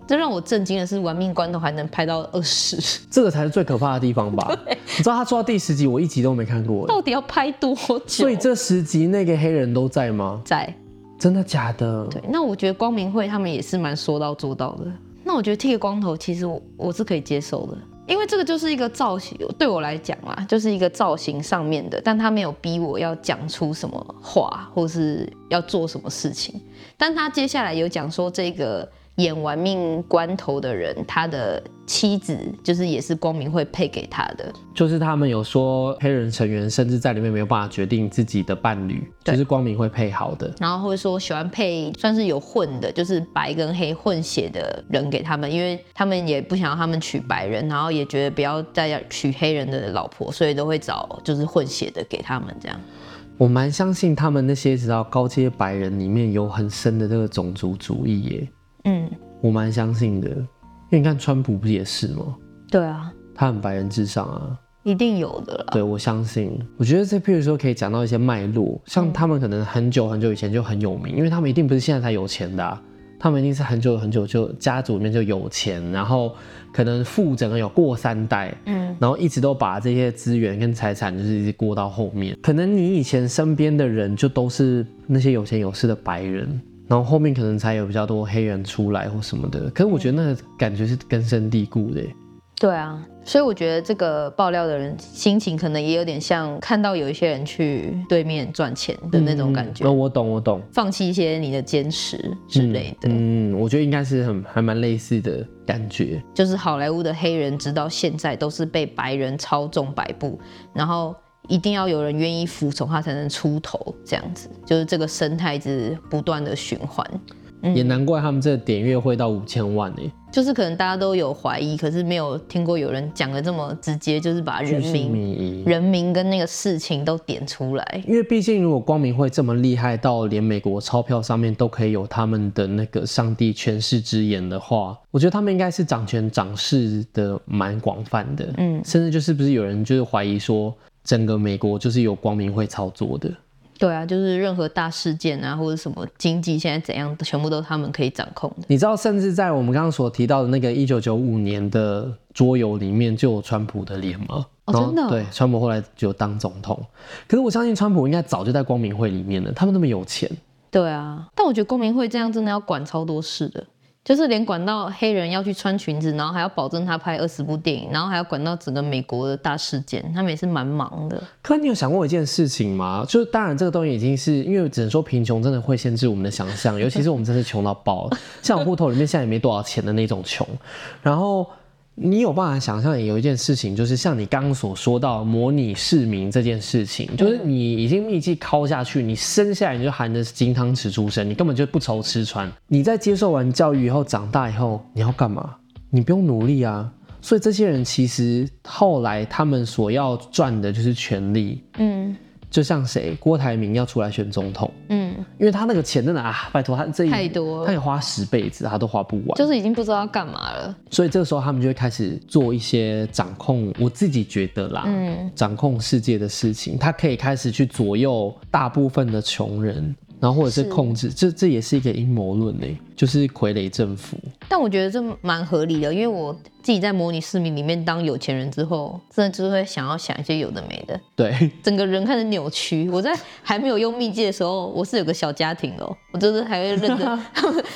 Speaker 1: 这让我震惊的是，《玩命关头》还能拍到二十，
Speaker 2: 这个才是最可怕的地方 吧？你知道他做到第十集，我一集都没看过欸，
Speaker 1: 到底要拍多久？
Speaker 2: 所以这十集那个黑人都在吗？
Speaker 1: 在
Speaker 2: 真的假的？
Speaker 1: 对，那我觉得光明会他们也是蛮说到做到的。那我觉得剃个光头，其实我我是可以接受的，因为这个就是一个造型，对我来讲啦，就是一个造型上面的，但他没有逼我要讲出什么话，或是要做什么事情。但他接下来有讲说，这个演完命关头的人，他的妻子就是也是光明会配给他的，
Speaker 2: 就是他们有说黑人成员甚至在里面没有办法决定自己的伴侣，
Speaker 1: 对
Speaker 2: 就是光明会配好的。
Speaker 1: 然后会说喜欢配算是有混的，就是白跟黑混血的人给他们，因为他们也不想要他们娶白人，然后也觉得不要再娶黑人的老婆，所以都会找就是混血的给他们这样。
Speaker 2: 我蛮相信他们那些知道高阶白人里面有很深的这个种族主义耶，
Speaker 1: 嗯，
Speaker 2: 我蛮相信的。因为你看川普不是也是吗？
Speaker 1: 对啊，
Speaker 2: 他很白人至上啊，
Speaker 1: 一定有的啦。
Speaker 2: 对我相信。我觉得这譬如说可以讲到一些脉络，像
Speaker 1: 嗯
Speaker 2: 他们可能很久很久以前就很有名，因为他们一定不是现在才有钱的啊、他们一定是很久很久就家族里面就有钱，然后可能富整个有过三代，
Speaker 1: 嗯，
Speaker 2: 然后一直都把这些资源跟财产就是一直过到后面。可能你以前身边的人就都是那些有钱有势的白人，然后后面可能才有比较多黑人出来或什么的。可是我觉得那个感觉是根深蒂固的耶。欸
Speaker 1: 对啊，所以我觉得这个爆料的人心情可能也有点像看到有一些人去对面赚钱的那种感觉，
Speaker 2: 那、嗯哦我懂，我懂
Speaker 1: 放弃一些你的坚持之类的。
Speaker 2: 嗯，嗯我觉得应该是很还蛮类似的感觉。
Speaker 1: 就是好莱坞的黑人，直到现在都是被白人操纵摆布，然后一定要有人愿意服从他才能出头，这样子就是这个生态一直不断的循环。嗯
Speaker 2: 也难怪他们这个点阅会到五千万欸诶，
Speaker 1: 就是可能大家都有怀疑，可是没有听过有人讲的这么直接，就是把人
Speaker 2: 巨细
Speaker 1: 民、
Speaker 2: 靡遗。
Speaker 1: 人民跟那个事情都点出来。
Speaker 2: 因为毕竟，如果光明会这么厉害到连美国钞票上面都可以有他们的那个上帝权势之眼的话，我觉得他们应该是掌权掌势的蛮广泛的。
Speaker 1: 嗯
Speaker 2: 甚至就是不是有人就是怀疑说，整个美国就是由光明会操作的。
Speaker 1: 对啊，就是任何大事件啊，或者什么经济现在怎样，全部都是他们可以掌控的。
Speaker 2: 你知道，甚至在我们刚刚所提到的那个一九九五年的桌游里面，就有川普的脸吗？
Speaker 1: 哦
Speaker 2: 然后
Speaker 1: 真的哦
Speaker 2: 对，川普后来就当总统。可是我相信川普应该早就在光明会里面了，他们那么有钱。
Speaker 1: 对啊，但我觉得公民会这样真的要管超多事的，就是连管到黑人要去穿裙子，然后还要保证他拍二十部电影，然后还要管到整个美国的大事件，他们也是蛮忙的。
Speaker 2: 可你有想过一件事情吗？就是当然这个东西已经是因为只能说贫穷真的会限制我们的想象，尤其是我们真的穷到爆，像我户头里面现在也没多少钱的那种穷。然后你有办法想象有一件事情，就是像你刚刚所说到模拟市民这件事情，就是你已经一记敲下去，你生下来你就含着金汤匙出生，你根本就不愁吃穿。你在接受完教育以后，长大以后你要干嘛？你不用努力啊。所以这些人其实后来他们所要赚的就是权力，
Speaker 1: 嗯
Speaker 2: 就像谁郭台铭要出来选总统，
Speaker 1: 嗯，
Speaker 2: 因为他那个钱真的啊，拜托他这一
Speaker 1: 太多了
Speaker 2: 他也花十辈子他都花不完，
Speaker 1: 就是已经不知道要干嘛了。
Speaker 2: 所以这个时候他们就会开始做一些掌控，我自己觉得啦，
Speaker 1: 嗯
Speaker 2: 掌控世界的事情，他可以开始去左右大部分的穷人。然后或者是
Speaker 1: 是
Speaker 2: 控制，这这也是一个阴谋论呢，就是傀儡政府。
Speaker 1: 但我觉得这蛮合理的，因为我自己在模拟市民里面当有钱人之后，真的就是会想要想一些有的没的，
Speaker 2: 对，
Speaker 1: 整个人开始扭曲。我在还没有用秘籍的时候，我是有个小家庭的哦、我就是还会认 真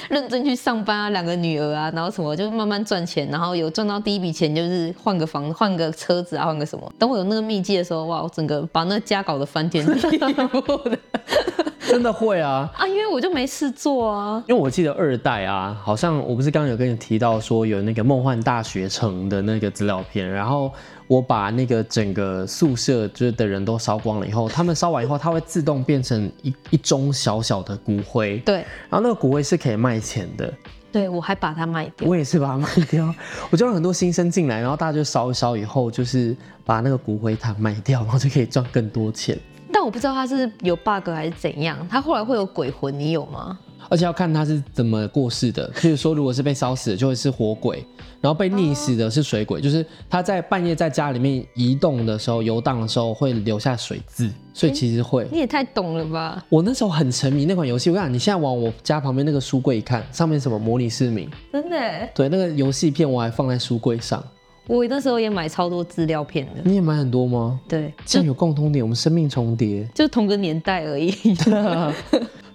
Speaker 1: 认真去上班啊，两个女儿啊，然后什么就是慢慢赚钱，然后有赚到第一笔钱就是换个房、换个车子啊，换个什么。等我有那个秘籍的时候，哇，我整个把那家搞得翻天地覆的
Speaker 2: 真的会啊。
Speaker 1: 啊，因为我就没事做啊。
Speaker 2: 因为我记得二代啊，好像我不是刚刚有跟你提到说有那个梦幻大学城的那个资料片，然后我把那个整个宿舍就是的人都烧光了以后，他们烧完以后，它会自动变成一一盅小小的骨灰，
Speaker 1: 对，
Speaker 2: 然后那个骨灰是可以卖钱的，
Speaker 1: 对我还把它卖掉
Speaker 2: 我。也是把它卖掉。我就让很多新生进来，然后大家就烧一烧，以后就是把那个骨灰坛卖掉，然后就可以赚更多钱。
Speaker 1: 但我不知道它是有 bug 还是怎样，它后来会有鬼魂，你有吗？
Speaker 2: 而且要看他是怎么过世的。譬如说，如果是被烧死的，就会是火鬼；然后被溺死的是水鬼，就是他在半夜在家里面移动的时候、游荡的时候会留下水渍，所以其实会。
Speaker 1: 你也太懂了吧！
Speaker 2: 我那时候很沉迷那款游戏，我跟你讲，你现在往我家旁边那个书柜一看，上面什么模拟市民，
Speaker 1: 真的耶，
Speaker 2: 对，那个游戏片我还放在书柜上。
Speaker 1: 我那时候也买超多资料片的。
Speaker 2: 你也买很多吗？
Speaker 1: 对，
Speaker 2: 这
Speaker 1: 就
Speaker 2: 样有共通点，我们生命重叠。
Speaker 1: 就同个年代而已。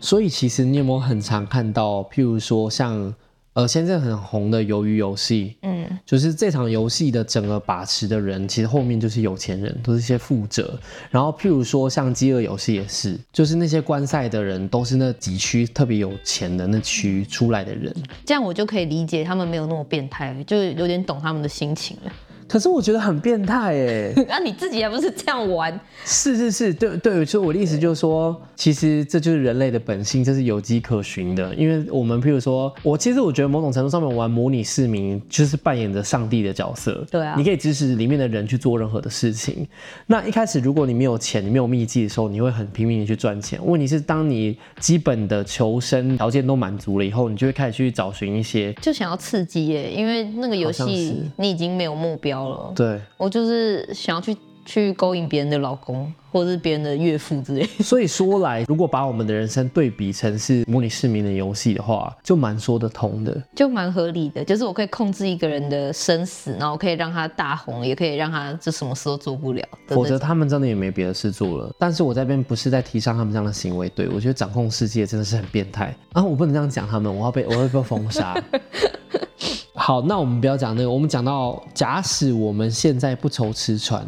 Speaker 2: 所以其实你有没有很常看到，譬如说像呃现在很红的鱿鱼游戏，
Speaker 1: 嗯，
Speaker 2: 就是这场游戏的整个把持的人，其实后面就是有钱人，都是一些富者。然后譬如说像饥饿游戏也是，就是那些观赛的人都是那几区特别有钱的那区出来的人。
Speaker 1: 这样我就可以理解他们没有那么变态，就有点懂他们的心情了。
Speaker 2: 可是我觉得很变态哎，
Speaker 1: 啊，你自己还不是这样玩？
Speaker 2: 是是是，对对，所以我的意思就是说，其实这就是人类的本性，这是有迹可循的。因为我们譬如说，我其实我觉得某种程度上面玩模拟市民，就是扮演着上帝的角色。
Speaker 1: 对啊
Speaker 2: 你可以指使里面的人去做任何的事情。那一开始如果你没有钱，你没有秘籍的时候，你会很拼命的去赚钱。问题是，当你基本的求生条件都满足了以后，你就会开始去找寻一些
Speaker 1: 就想要刺激耶，因为那个游
Speaker 2: 好像是
Speaker 1: 戏你已经没有目标了。
Speaker 2: 对。
Speaker 1: 我就是想要去去勾引别人的老公，或者是别人的岳父之类 的。
Speaker 2: 所以说来，如果把我们的人生对比成是模拟市民的游戏的话，就蛮说得通的。
Speaker 1: 就蛮合理的，就是我可以控制一个人的生死，然后可以让他大红，也可以让他就什么事都做不了的
Speaker 2: 否
Speaker 1: 那
Speaker 2: 则
Speaker 1: 种。
Speaker 2: 他们真的也没别的事做了。但是我在这边不是在提倡他们这样的行为，对我觉得掌控世界真的是很变态啊！我不能这样讲他们，我要被我会被 封杀。好，那我们不要讲那个，我们讲到假使我们现在不愁吃穿，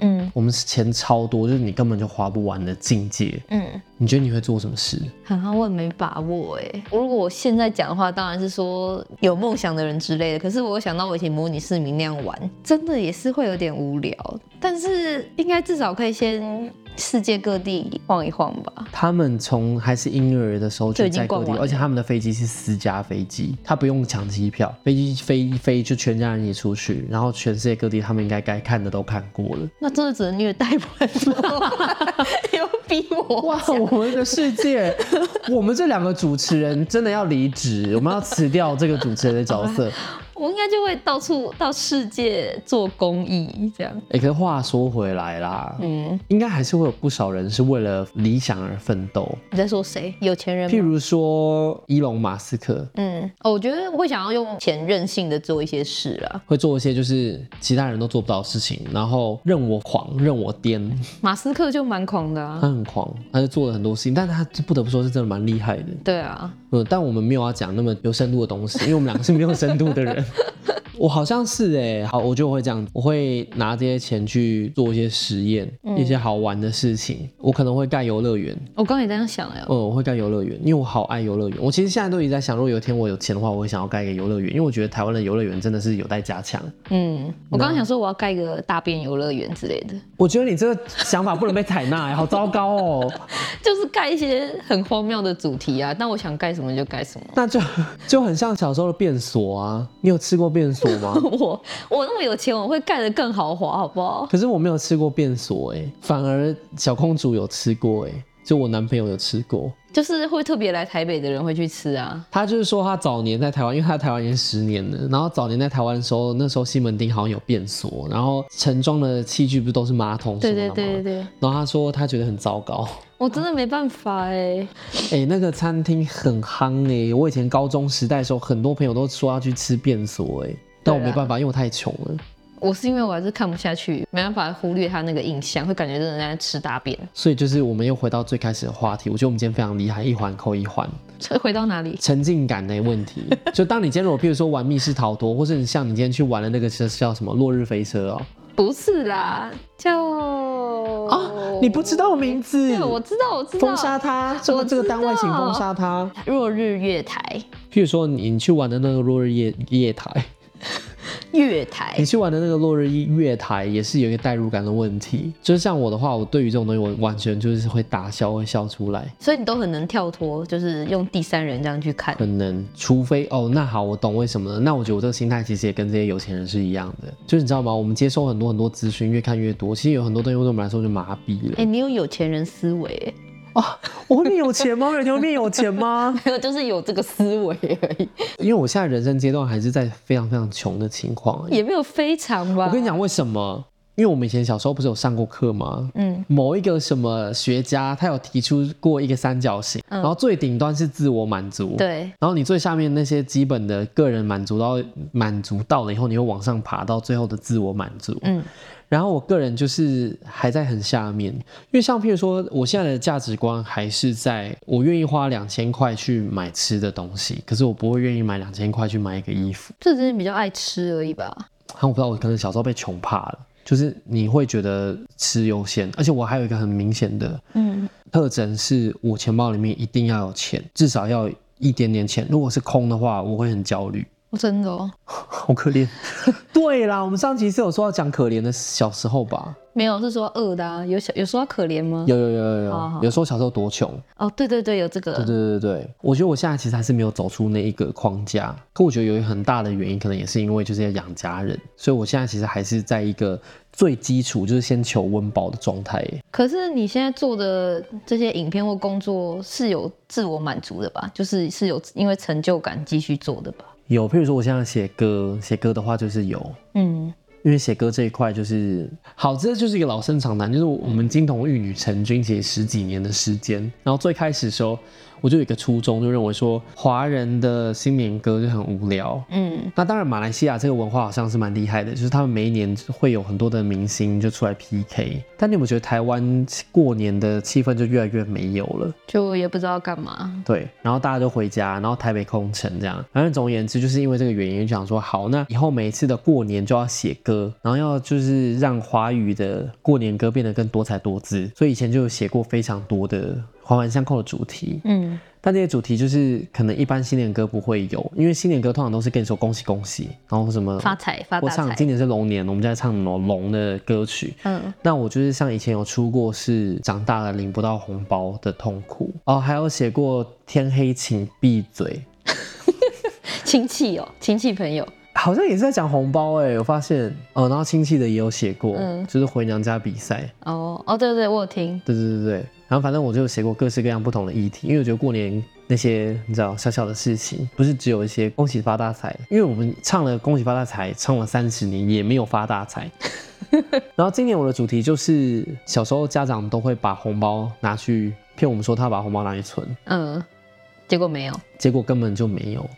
Speaker 1: 嗯
Speaker 2: 我们钱超多，就是你根本就花不完的境界，
Speaker 1: 嗯，
Speaker 2: 你觉得你会做什么事？
Speaker 1: 好像我也没把握哎。如果我现在讲的话，当然是说有梦想的人之类的。可是我想到我以前模拟市民那样玩，真的也是会有点无聊。但是应该至少可以先世界各地晃一晃吧。
Speaker 2: 他们从还是婴儿的时候
Speaker 1: 就
Speaker 2: 就
Speaker 1: 已经
Speaker 2: 在各
Speaker 1: 逛
Speaker 2: 地，
Speaker 1: 完了
Speaker 2: 而且他们的飞机是私家飞机，他不用抢机票，飞机飞一飞就全家人一起出去，然后全世界各地他们应该该看的都看过了。
Speaker 1: 那真的只能虐待，不然怎么办 你又逼我
Speaker 2: 哇， 我们的世界，我们这两个主持人真的要离职，我们要辞掉这个主持人的角 色。
Speaker 1: 我应该就会到处到世界做公益这样。
Speaker 2: 哎、可是话说回来啦，
Speaker 1: 嗯，
Speaker 2: 应该还是会有不少人是为了理想而奋斗，
Speaker 1: 你在说谁？有钱人
Speaker 2: 譬
Speaker 1: 吗？
Speaker 2: 如说伊隆马斯克。
Speaker 1: 嗯，哦，我觉得我会想要用钱任性的做一些事啦。
Speaker 2: 会做一些就是其他人都做不到的事情，然后任我狂，任我颠，
Speaker 1: 马斯克就蛮狂的
Speaker 2: 他
Speaker 1: 啊。
Speaker 2: 很狂，他就做了很多事情，但他不得不说是真的蛮厉害的。
Speaker 1: 对啊，
Speaker 2: 嗯，但我们没有要讲那么有深度的东西，因为我们两个是没有深度的人。 我好像是哎、好，我就会这样，我会拿这些钱去做一些实验，一些好玩的事情。我可能会盖游乐园，
Speaker 1: 我刚刚也在那想哎、
Speaker 2: 嗯，我会盖游乐园，因为我好爱游乐园。我其实现在都一直在想，如果有一天我有钱的话，我会想要盖一个游乐园，因为我觉得台湾的游乐园真的是有待加强。
Speaker 1: 嗯，我刚刚想说我要盖一个大便游乐园之类的，
Speaker 2: 我觉得你这个想法不能被采纳、欸，好糟糕哦。
Speaker 1: 就是盖一些很荒谬的主题啊。但我想盖什么就盖什么。
Speaker 2: 那就就很像小时候的便所啊，你有吃过便所 吗？
Speaker 1: 我我那么有钱，我会盖得更豪华，好不好？
Speaker 2: 可是我没有吃过便所哎、反而小公主有吃过哎、就我男朋友有吃过。
Speaker 1: 就是会特别来台北的人会去吃啊。
Speaker 2: 他就是说他早年在台湾，因为他在台湾已经十年了，然后早年在台湾的时候，那时候西门町好像有便所，然后盛装的器具不是都是马桶什
Speaker 1: 对
Speaker 2: 么的
Speaker 1: 对
Speaker 2: 吗？
Speaker 1: 对对对，
Speaker 2: 然后他说他觉得很糟糕，
Speaker 1: 我真的没办法哎、
Speaker 2: 哎、那个餐厅很夯哎、我以前高中时代的时候，很多朋友都说要去吃便所哎、但我
Speaker 1: 啊
Speaker 2: 没办法，因为我太穷了。
Speaker 1: 我是因为我还是看不下去，没办法忽略他那个印象，会感觉真的在吃大便。
Speaker 2: 所以就是我们又回到最开始的话题，我觉得我们今天非常厉害，一环扣一环。
Speaker 1: 这回到哪里？
Speaker 2: 沉浸感的 问题。就当你今天如果譬如说玩密室逃脱，或是你像你今天去玩的那个是叫什么落日飞车哦，
Speaker 1: 不是啦，叫
Speaker 2: 啊、
Speaker 1: 哦
Speaker 2: 你不知道名字，
Speaker 1: 对，我知道，我知道。
Speaker 2: 封杀他，这个
Speaker 1: 我
Speaker 2: 这个
Speaker 1: 知
Speaker 2: 单位请
Speaker 1: 道
Speaker 2: 封杀他。
Speaker 1: 落日月台，
Speaker 2: 譬如说你你去玩的那个落日夜夜台，
Speaker 1: 月台
Speaker 2: 你去玩的那个落日一月台也是有一个代入感的问题，就是像我的话，我对于这种东西我完全就是会打笑，会笑出来。
Speaker 1: 所以你都很能跳脱，就是用第三人这样去看。
Speaker 2: 可能，除非哦，那好，我懂为什么了。那我觉得我这个心态其实也跟这些有钱人是一样的，就是你知道吗？我们接收很多很多资讯，越看越多，其实有很多东西对我们来说就麻痹了。
Speaker 1: 哎、你有有钱人思维 欸，
Speaker 2: 我会变有钱吗？有一天会变有钱吗？
Speaker 1: 没有就是有这个思维而 已，
Speaker 2: 因为我现在人生阶段还是在非常非常穷的情况。
Speaker 1: 也没有非常吧。
Speaker 2: 我跟你讲为什么？因为我们以前小时候不是有上过课吗？
Speaker 1: 嗯，
Speaker 2: 某一个什么学家，他有提出过一个三角形，
Speaker 1: 嗯
Speaker 2: 然后最顶端是自我满足，，
Speaker 1: 对，
Speaker 2: 然后你最下面那些基本的个人满足到满足到了以后，你会往上爬到最后的自我满足。
Speaker 1: 嗯，
Speaker 2: 然后我个人就是还在很下面，因为像譬如说，我现在的价值观还是在我愿意花两千块去买吃的东西，可是我不会愿意买两千块去买一个衣服。
Speaker 1: 这只是比较爱吃而已吧。
Speaker 2: 啊，我不知道，我可能小时候被穷怕了，就是你会觉得吃优先，而且我还有一个很明显的
Speaker 1: 嗯，
Speaker 2: 特征是，我钱包里面一定要有钱，至少要有一点点钱。如果是空的话，我会很焦虑。
Speaker 1: 我真的哦，
Speaker 2: 好可怜。 对啦，我们上期是有说要讲可怜的小时候吧？
Speaker 1: 没有是说饿的啊，有小有说到可怜吗？
Speaker 2: 有有有有有，
Speaker 1: 好好
Speaker 2: 有说小时候多穷。
Speaker 1: 哦，对对对，有这
Speaker 2: 对
Speaker 1: 个。
Speaker 2: 对对对，我觉得我现在其实还是没有走出那一个框架。可我觉得有一个很大的原因，可能也是因为就是要养家人，所以我现在其实还是在一个最基础，就是先求温饱的状态耶。
Speaker 1: 可是你现在做的这些影片或工作是有自我满足的吧？就是是有因为成就感继续做的吧？
Speaker 2: 有，譬如说我现在写歌，写歌的话就是有，
Speaker 1: 嗯，
Speaker 2: 因为写歌这一块就是好，这就是一个老生常谈，就是我们金童玉女成军其实十几年的时间。然后最开始的时候，我就有一个初衷，就认为说华人的新年歌就很无聊。
Speaker 1: 嗯，
Speaker 2: 那当然，马来西亚这个文化好像是蛮厉害的，就是他们每一年会有很多的明星就出来 PK。但你有没有觉得台湾过年的气氛就越来越没有了？
Speaker 1: 就也不知道干嘛。
Speaker 2: 对，然后大家就回家，然后台北空城这样。反正总而言之，就是因为这个原因，就想说好，那以后每一次的过年就要写歌，然后要就是让华语的过年歌变得更多彩多姿。所以以前就有写过非常多的环环相扣的主题，
Speaker 1: 嗯，
Speaker 2: 但这些主题就是可能一般新年歌不会有，因为新年歌通常都是跟你说恭喜恭喜，然后什么
Speaker 1: 发财发
Speaker 2: 呃我
Speaker 1: 大
Speaker 2: 唱
Speaker 1: 财
Speaker 2: 今。年是龙年，我们就在唱龙龙的歌曲。
Speaker 1: 嗯，
Speaker 2: 那我就是像以前有出过是长大了领不到红包的痛苦哦，还有写过天黑请闭嘴，
Speaker 1: 亲戚哦，亲戚朋友。
Speaker 2: 好像也是在讲红包哎、我发现哦，然后亲戚的也有写过，
Speaker 1: 嗯
Speaker 2: 就是回娘家比赛，
Speaker 1: 哦哦，对对，我有听。
Speaker 2: 对对对对，然后反正我就有写过各式各样不同的议题，因为我觉得过年那些你知道小小的事情，不是只有一些恭喜发大财，因为我们唱了恭喜发大财，唱了三十年也没有发大财。 然后今年我的主题就是小时候家长都会把红包拿去骗我们说他把红包拿去存，
Speaker 1: 嗯，结果没有。
Speaker 2: 结果根本就没有。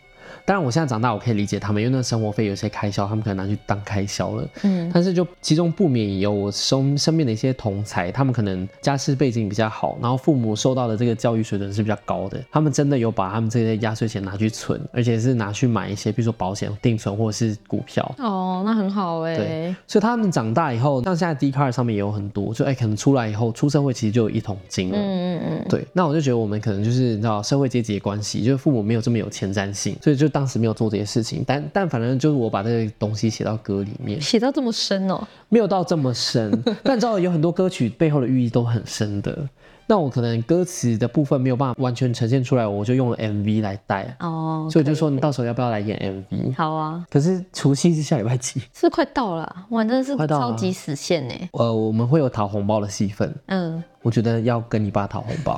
Speaker 2: 当然，我现在长大，我可以理解他们，因为那生活费有些开销，他们可能拿去当开销了。
Speaker 1: 嗯
Speaker 2: 但是就其中不免也有我身身边的一些同才，他们可能家世背景比较好，然后父母受到的这个教育水准是比较高的，他们真的有把他们这些压岁钱拿去存，而且是拿去买一些，比如说保险、定存或者是股票。
Speaker 1: 哦，那很好哎、
Speaker 2: 对所以他们长大以后，像现在 d c a r 上面也有很多，就哎、可能出来以后出社会其实就有一桶金了。
Speaker 1: 嗯嗯嗯，
Speaker 2: 对，那我就觉得我们可能就是你知道社会阶级的关系，就是父母没有这么有前瞻性，所以就当时没有做这些事情。但但反正就是我把这个东西写到歌里面，
Speaker 1: 写到这么深哦。
Speaker 2: 没有到这么深，但你知道有很多歌曲背后的寓意都很深的。那我可能歌词的部分没有办法完全呈现出来，我就用了 MV 来带，啊
Speaker 1: 哦，
Speaker 2: 所以我就
Speaker 1: 可
Speaker 2: 说你到时候要不要来演 MV？
Speaker 1: 好啊，
Speaker 2: 可是除夕是下礼拜几？
Speaker 1: 是快到了啊，哇，真的是
Speaker 2: 快到了
Speaker 1: 超
Speaker 2: 啊
Speaker 1: 级死线呢、欸
Speaker 2: 呃，我们会有讨红包的戏份，
Speaker 1: 嗯，
Speaker 2: 我觉得要跟你爸讨红包，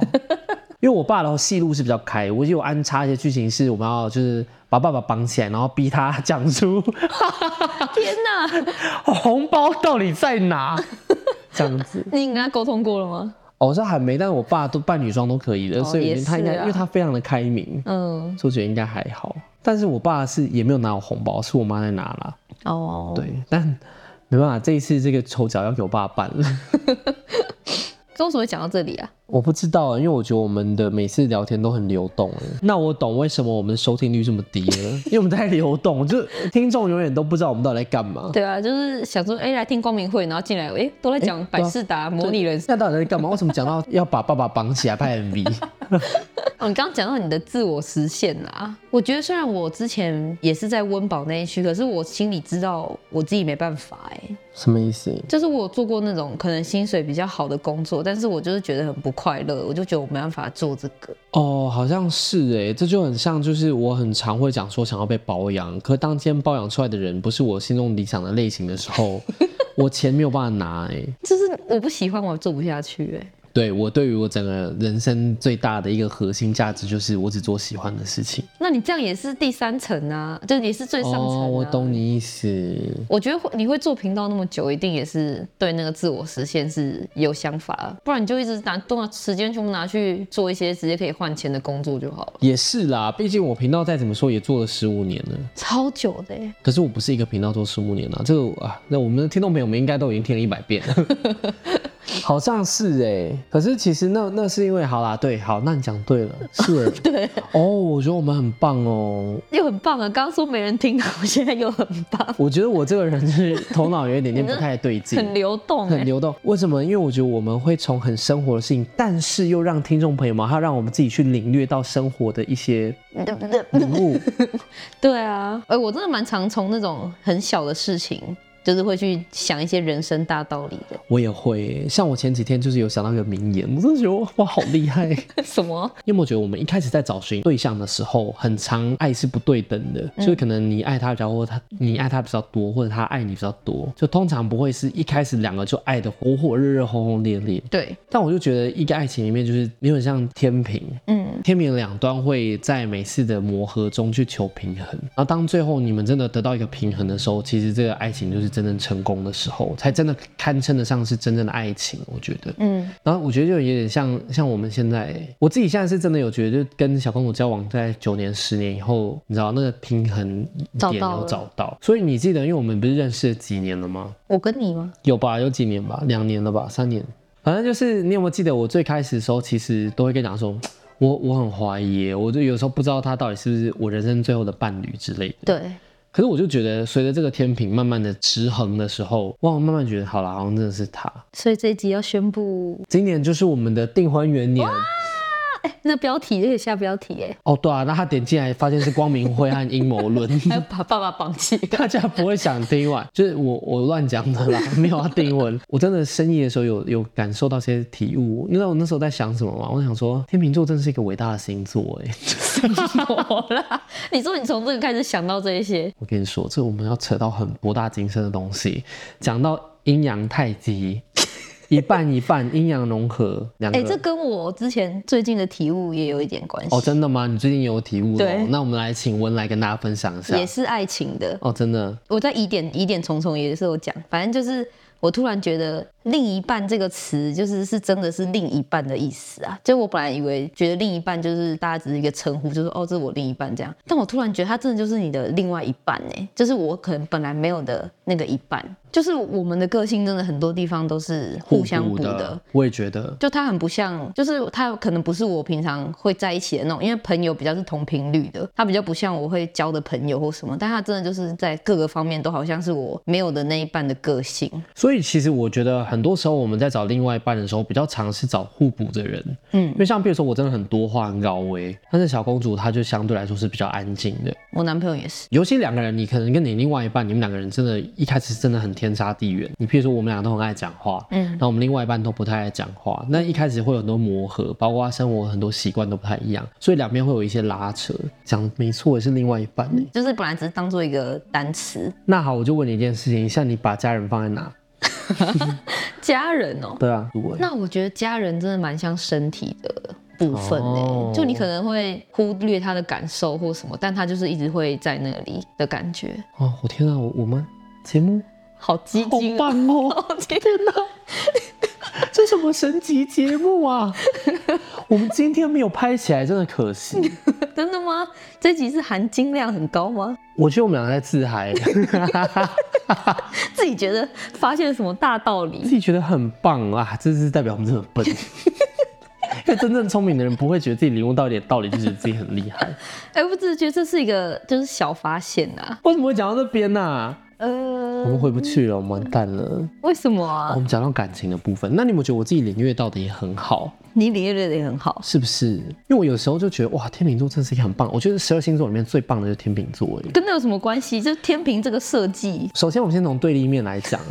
Speaker 2: 因为我爸的戏路是比较开，我就有安插一些剧情是我们要就是把爸爸绑起来，然后逼他讲出
Speaker 1: 天哪，
Speaker 2: 红包到底在哪这样子。
Speaker 1: 你跟他沟通过了吗？
Speaker 2: 哦，我是还没，但我爸都扮女装都可以的，
Speaker 1: 哦
Speaker 2: 所以我觉
Speaker 1: 也
Speaker 2: 得他应该，
Speaker 1: 是啊
Speaker 2: 因为他非常的开明，
Speaker 1: 嗯，
Speaker 2: 所以我觉得应该还好。但是我爸是也没有拿我红包，是我妈在拿啦。
Speaker 1: 哦，
Speaker 2: 对，，但没办法，这一次这个丑角要给我爸办了。
Speaker 1: 这为什么会讲到这里啊？
Speaker 2: 我不知道，因为我觉得我们的每次聊天都很流动。哎那我懂为什么我们的收听率这么低了，因为我们在流动，就听众永远都不知道我们到底在干嘛。
Speaker 1: 对啊，就是想说，哎、来听光明会，然后进来，哎、都在讲
Speaker 2: 哎
Speaker 1: 百事达、模拟人生，
Speaker 2: 那到底在干嘛？为什么讲到要把爸爸绑起来拍 MV？
Speaker 1: 哦，你刚刚讲到你的自我实现啦，我觉得虽然我之前也是在温饱那一区，可是我心里知道我自己没办法哎、
Speaker 2: 什么意思？
Speaker 1: 就是我有做过那种可能薪水比较好的工作，但是我就是觉得很不快乐，我就觉得我没办法做这个。
Speaker 2: 哦，好像是哎，这就很像，就是我很常会讲说想要被包养，可当今天包养出来的人不是我心中理想的类型的时候，我钱没有办法拿哎。
Speaker 1: 就是我不喜欢，我做不下去哎、
Speaker 2: 对我对于我整个人生最大的一个核心价值就是我只做喜欢的事情。
Speaker 1: 那你这样也是第三层啊，就也是最上层、啊
Speaker 2: 哦，我。懂你意思。
Speaker 1: 我觉得会你会做频道那么久，一定也是对那个自我实现是有想法啊，不然你就一直拿多拿时间全部拿去做一些直接可以换钱的工作就好了，
Speaker 2: 也是啦，毕竟我频道再怎么说也做了十五年了，
Speaker 1: 超久的哎、
Speaker 2: 可是我不是一个频道做十五年啦，这个啊，那我们的听众朋友们应该都已经听了一百遍了。 好像是哎、可是其实那那是因为好啦，对，好，那你讲对了，是 对哦，我觉得我们很棒哦，
Speaker 1: 又很棒啊！刚刚说没人听，我现在又很棒，
Speaker 2: 我觉得我这个人就是头脑有一点点不太对劲，
Speaker 1: 很流动、
Speaker 2: 很
Speaker 1: 欸。
Speaker 2: 流动。为什么？因为我觉得我们会从很生活的事情，但是又让听众朋友们，还有让我们自己去领略到生活的一些领悟。
Speaker 1: 对啊，哎、我真的蛮常从那种很小的事情，就是会去想一些人生大道理的。
Speaker 2: 我也会耶，像我前几天就是有想到一个名言，我真的觉得哇，好厉害。
Speaker 1: 什么？
Speaker 2: 因为我觉得我们一开始在找寻对象的时候，很常爱是不对等的，就是可能你爱他比较多，他你爱他比较多，或者他爱你比较多，就通常不会是一开始两个就爱的火火热热、轰轰烈烈。
Speaker 1: 对，
Speaker 2: 但我就觉得一个爱情里面就是没有像天平，
Speaker 1: 嗯，
Speaker 2: 天平的两端会在每次的磨合中去求平衡，然后当最后你们真的得到一个平衡的时候，其实这个爱情就是真正成功的时候，才真的堪称得上是真正的爱情。我觉得，
Speaker 1: 嗯，
Speaker 2: 然后我觉得就有点像像我们现在，我自己现在是真的有觉得，就跟小公主交往在九年、十年以后，你知道那个平衡
Speaker 1: 找
Speaker 2: 点
Speaker 1: 到了
Speaker 2: 有找到。所以你记得，因为我们不是认识了几年了吗？
Speaker 1: 我跟你吗？
Speaker 2: 有吧，有几年吧，两年了吧，三年。反正就是你有没有记得我最开始的时候，其实都会跟你讲说，我我很怀疑耶，我就有时候不知道他到底是不是我人生最后的伴侣之类的。
Speaker 1: 对，
Speaker 2: 可是我就觉得，随着这个天平慢慢的持衡的时候，哇，我慢慢觉得好啦，好像真的是他。
Speaker 1: 所以这一集要宣布，
Speaker 2: 今年就是我们的订婚元年。
Speaker 1: 哎、那标题也下标题哎、
Speaker 2: 哦，对啊，那他点进来发现是光明会和阴谋论。
Speaker 1: 还要把爸爸绑起来。
Speaker 2: 大家不会想听完， 就是我我乱讲的啦，没有要订婚。我真的深夜的时候有 有感受到些体悟，你知道我那时候在想什么吗？我想说，天秤座真是一个伟大的星座哎。
Speaker 1: 我啦， 你说你从这个开始想到这一些，
Speaker 2: 我跟你说，这我们要扯到很博大精深的东西，讲到阴阳太极， 一半一半，阴阳融合，两个。
Speaker 1: 哎、这跟我之前最近的体悟也有一点关系，
Speaker 2: 哦，真的吗？你最近有体悟了哦
Speaker 1: 对？
Speaker 2: 那我们来请文来跟大家分享一下
Speaker 1: 也。是爱情的。
Speaker 2: 哦，真的，
Speaker 1: 我在疑点疑点重重也是有讲，反正就是我突然觉得“另一半”这个词就是是真的是另一半的意思啊。就我本来以为觉得另一半就是大家只是一个称呼，就是哦这是我另一半这样，但我突然觉得他真的就是你的另外一半哎、就是我可能本来没有的那个一半。就是我们的个性真的很多地方都是互相
Speaker 2: 互
Speaker 1: 补
Speaker 2: 补
Speaker 1: 的，。
Speaker 2: 我也觉得，
Speaker 1: 就他很不像，就是他可能不是我平常会在一起的那种，因为朋友比较是同频率的，他比较不像我会交的朋友或什么，但他真的就是在各个方面都好像是我没有的那一半的个性。
Speaker 2: 所以其实我觉得很多时候我们在找另外一半的时候，比较常是找互补的人。
Speaker 1: 嗯
Speaker 2: 因为像比如说我真的很多话很高危，但是小公主她就相对来说是比较安静的。
Speaker 1: 我男朋友也是，
Speaker 2: 尤其两个人，你可能跟你另外一半，你们两个人真的一开始真的很天差地远。你譬如说我们俩都很爱讲话，
Speaker 1: 嗯
Speaker 2: 那我们另外一半都不太爱讲话，那一开始会有很多磨合，包括生活很多习惯都不太一样，所以两边会有一些拉扯。讲得没错，也是另外一半欸
Speaker 1: 就是本来只是当做一个单词，
Speaker 2: 那好，我就问你一件事情，像你把家人放在哪？
Speaker 1: 家人哦、
Speaker 2: 对啊，我
Speaker 1: 那我觉得家人真的蛮像身体的部分呢、
Speaker 2: 哦
Speaker 1: 就你可能会忽略他的感受或什么，但他就是一直会在那里的感觉，
Speaker 2: 哦，我天啊，我我们节目
Speaker 1: 好激
Speaker 2: 好
Speaker 1: 进、哦，
Speaker 2: 棒哦！
Speaker 1: 好激
Speaker 2: 天哪，这什么神级节目啊！我们今天没有拍起来，真的可惜。
Speaker 1: 真的吗？这集是含金量很高吗？
Speaker 2: 我觉得我们两个在自嗨，
Speaker 1: 自己觉得发现什么大道
Speaker 2: 自
Speaker 1: 理？
Speaker 2: 己觉得很棒啊，这是代表我们真的很笨。因为真正聪明的人不会觉得自己领悟到一点道理，就觉得自己很厉害。
Speaker 1: 哎、我只是觉得这是一个就是小发现啊。
Speaker 2: 为什么会讲到这边呢、啊？
Speaker 1: 呃，
Speaker 2: 我们回不去了，我们完蛋了。
Speaker 1: 为什么
Speaker 2: 好
Speaker 1: 啊
Speaker 2: 我？们讲到感情的部分，那你有没有觉得我自己领略到的也很好？
Speaker 1: 你领略的也很好，
Speaker 2: 是不是？因为我有时候就觉得，哇，天秤座真是一个很棒。我觉得十二星座里面最棒的就是天秤座。哎
Speaker 1: 跟那有什么关系？就天平这个设计，
Speaker 2: 首先，我们先从对立面 来讲，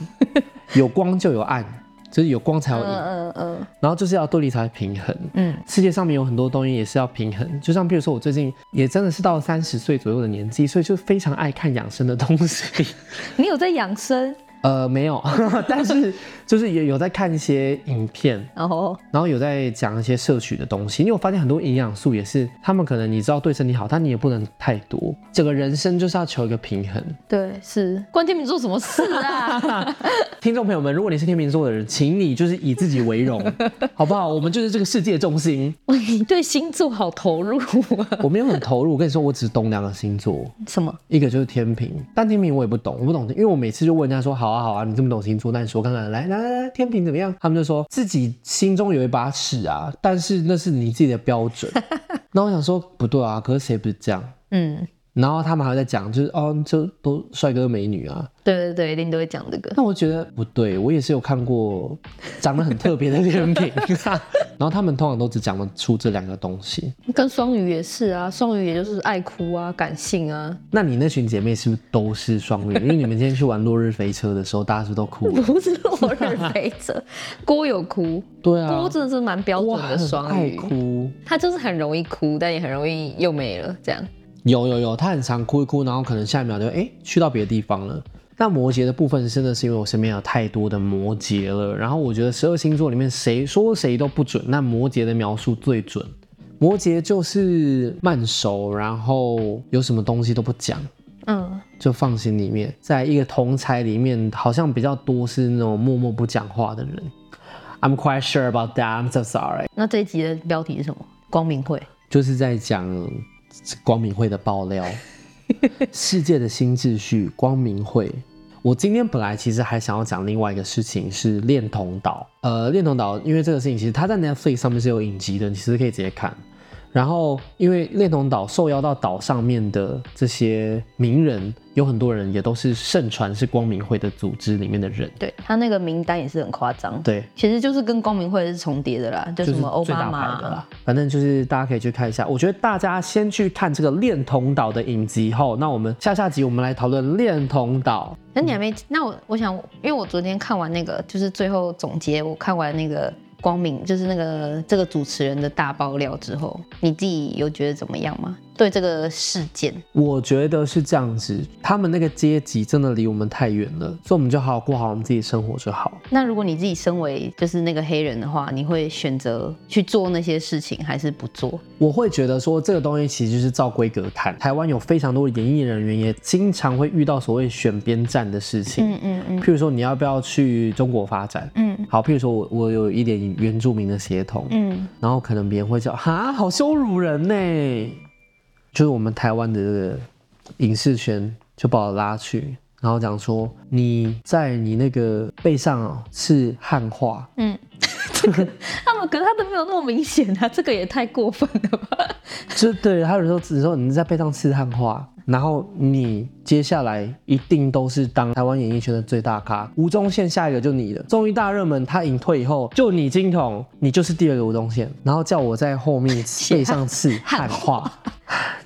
Speaker 2: 有光就有暗，就是有光才有
Speaker 1: 嗯
Speaker 2: 影，
Speaker 1: 嗯嗯
Speaker 2: 然后就是要对立才会平衡。
Speaker 1: 嗯，
Speaker 2: 世界上面有很多东西也是要平衡，就像比如说我最近也真的是到三十岁左右的年纪，所以就非常爱看养生的东西。
Speaker 1: 你有在养生，
Speaker 2: 呃，没有， 但是就是也有在看一些影片，
Speaker 1: 然后
Speaker 2: 然后有在讲一些摄取的东西，因为我发现很多营养素也是，他们可能你知道对身体好，但你也不能太多。整个人生就是要求一个平衡。
Speaker 1: 对，是关天平做什么事啊？
Speaker 2: 听众朋友们，如果你是天秤座的人，请你就是以自己为荣，好不好？我们就是这个世界中心。
Speaker 1: 你对星座好投入啊？
Speaker 2: 我没有很投入，我跟你说，我只懂两个星座，
Speaker 1: 什么？
Speaker 2: 一个就是天平，但天平我也不懂，我不懂，因为我每次就问人家说，好啊好啊，你这么懂星啊座，那你说看看，来来来来，天平怎么样？他们就说自己心中有一把尺啊，但是那是你自己的标准。 那我想说不对啊，可是谁不是这样？
Speaker 1: 嗯，
Speaker 2: 然后他们还在讲，就是哦，就都帅哥美女啊。
Speaker 1: 对对对，一定都会讲这个。
Speaker 2: 那我觉得不对，我也是有看过长得很特别的 天平， 然后他们通常都只讲得出这两个东西。
Speaker 1: 跟双鱼也是啊，双鱼也就是爱哭啊，感性啊。
Speaker 2: 那你那群姐妹是不是都是双鱼？因为你们今天去玩落日飞车的时候，大家是不是都哭了。
Speaker 1: 不是落日飞车，郭有哭，
Speaker 2: 对啊，
Speaker 1: 郭真的是蛮标准
Speaker 2: 哇
Speaker 1: 的双
Speaker 2: 爱
Speaker 1: 鱼，
Speaker 2: 哭。
Speaker 1: 他就是很容易哭，但也很容易又没了这样。
Speaker 2: 有有有，他很常哭一哭，然后可能下一秒就哎、诶去到别的地方了。那摩羯的部分真的是因为我身边有太多的摩羯了，然后我觉得十二星座里面谁说谁都不准，那摩羯的描述最准。摩羯就是慢熟，然后有什么东西都不讲，
Speaker 1: 嗯，
Speaker 2: 就放心里面。在一个同才里面，好像比较多是那种默默不讲话的人。I'm quite sure about that. I'm so sorry.
Speaker 1: 那这一集的标题是什么？光明会。
Speaker 2: 就是在讲光明会的爆料，世界的新秩序，光明会。我今天本来其实还想要讲另外一个事情，是恋童岛。呃，恋童岛，因为这个事情其实它在 Netflix 上面是有影集的，你其实可以直接看。然后，因为恋童岛受邀到岛上面的这些名人，有很多人也都是盛传是光明会的组织里面的人。
Speaker 1: 对他那个名单也是很夸张，
Speaker 2: 对，
Speaker 1: 其实就是跟光明会是重叠的啦，就
Speaker 2: 就
Speaker 1: 什
Speaker 2: 是
Speaker 1: 么奥
Speaker 2: 最
Speaker 1: 巴
Speaker 2: 大
Speaker 1: 马
Speaker 2: 牌的
Speaker 1: 啊，
Speaker 2: 啦。反正就是大家可以去看一下。我觉得大家先去看这个恋童岛的影集后，那我们下下集我们来讨论恋童岛。
Speaker 1: 那你还没？那我我想，因为我昨天看完那个，就是最后总结，我看完那个光明，就是那个这个主持人的大爆料之后，你自己有觉得怎么样吗？对这个事件，
Speaker 2: 我觉得是这样子，他们那个阶级真的离我们太远了，所以我们就好好过好我们自己生活就好。
Speaker 1: 那如果你自己身为就是那个黑人的话，你会选择去做那些事情，还是不做？
Speaker 2: 我会觉得说这个东西其实就是照规格谈。台湾有非常多的演艺人员也经常会遇到所谓选边站的事情，
Speaker 1: 嗯嗯嗯
Speaker 2: 譬如说你要不要去中国发展？
Speaker 1: 嗯
Speaker 2: 好，譬如说我我有一点原住民的血统，
Speaker 1: 嗯，
Speaker 2: 然后可能别人会叫哈，好羞辱人呢。就是我们台湾的这个影视圈就把我拉去，然后讲说你在你那个背上哦是汉化，
Speaker 1: 他们可是他都没有那么明显啊， 这个也太过分了吧？
Speaker 2: 就对，还有人说只说你在背上是汉化，然后你接下来一定都是当台湾演艺圈的最大咖。吴宗宪下一个就你了，综艺大热门他隐退以后就你金童，你就是第二个吴宗宪，然后叫我在后面背上刺汉化，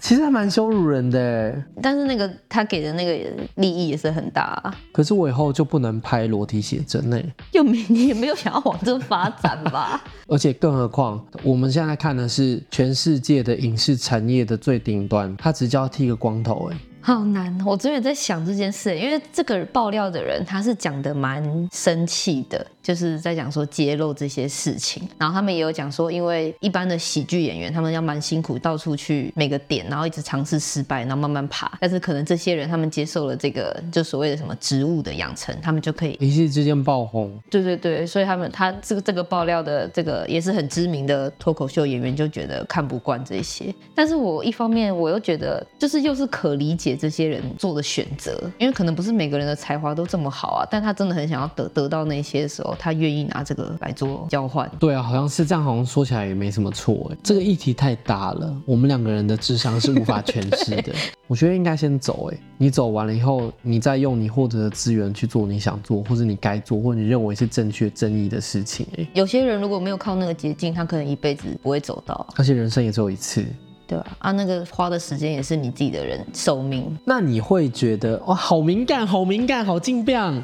Speaker 2: 其实还蛮羞辱人的欸。
Speaker 1: 但是那个他给的那个利益也是很大、啊，
Speaker 2: 可是我以后就不能拍裸体写真嘞、
Speaker 1: 又没你也没有想要往这发展吧？
Speaker 2: 而且更何况我们现在看的是全世界的影视产业的最顶端，他只叫剃个光头、欸，
Speaker 1: 好难哦，我真的在想这件事，因为这个爆料的人他是讲的蛮生气的，就是在讲说揭露这些事情，然后他们也有讲说，因为一般的喜剧演员他们要蛮辛苦，到处去每个点，然后一直尝试失败，然后慢慢爬，但是可能这些人他们接受了这个就所谓的什么植物的养成，他们就可以。
Speaker 2: 一夕之间爆红。
Speaker 1: 对对对，所以他们他这个这个爆料的这个也是很知名的脱口秀演员就觉得看不惯这些，但是我一方面我又觉得就是又是可理解解这些人做的选择，因为可能不是每个人的才华都这么好啊，但他真的很想要得得到那些的时候，他愿意拿这个来做交换。
Speaker 2: 对啊，好像是这样，好像说起来也没什么错哎。这个议题太大了，我们两个人的智商是无法诠释 的。我觉得应该先走哎，你走完了以后，你再用你获得的资源去做你想做，或者你该做，或者你认为是正确正义的事情哎。
Speaker 1: 有些人如果没有靠那个捷径，他可能一辈子不会走到，
Speaker 2: 而且人生也只有一次。
Speaker 1: 对吧、啊？那个花的时间也是你自己的人寿命。
Speaker 2: 那你会觉得哇，好敏感，好敏感，好劲 棒。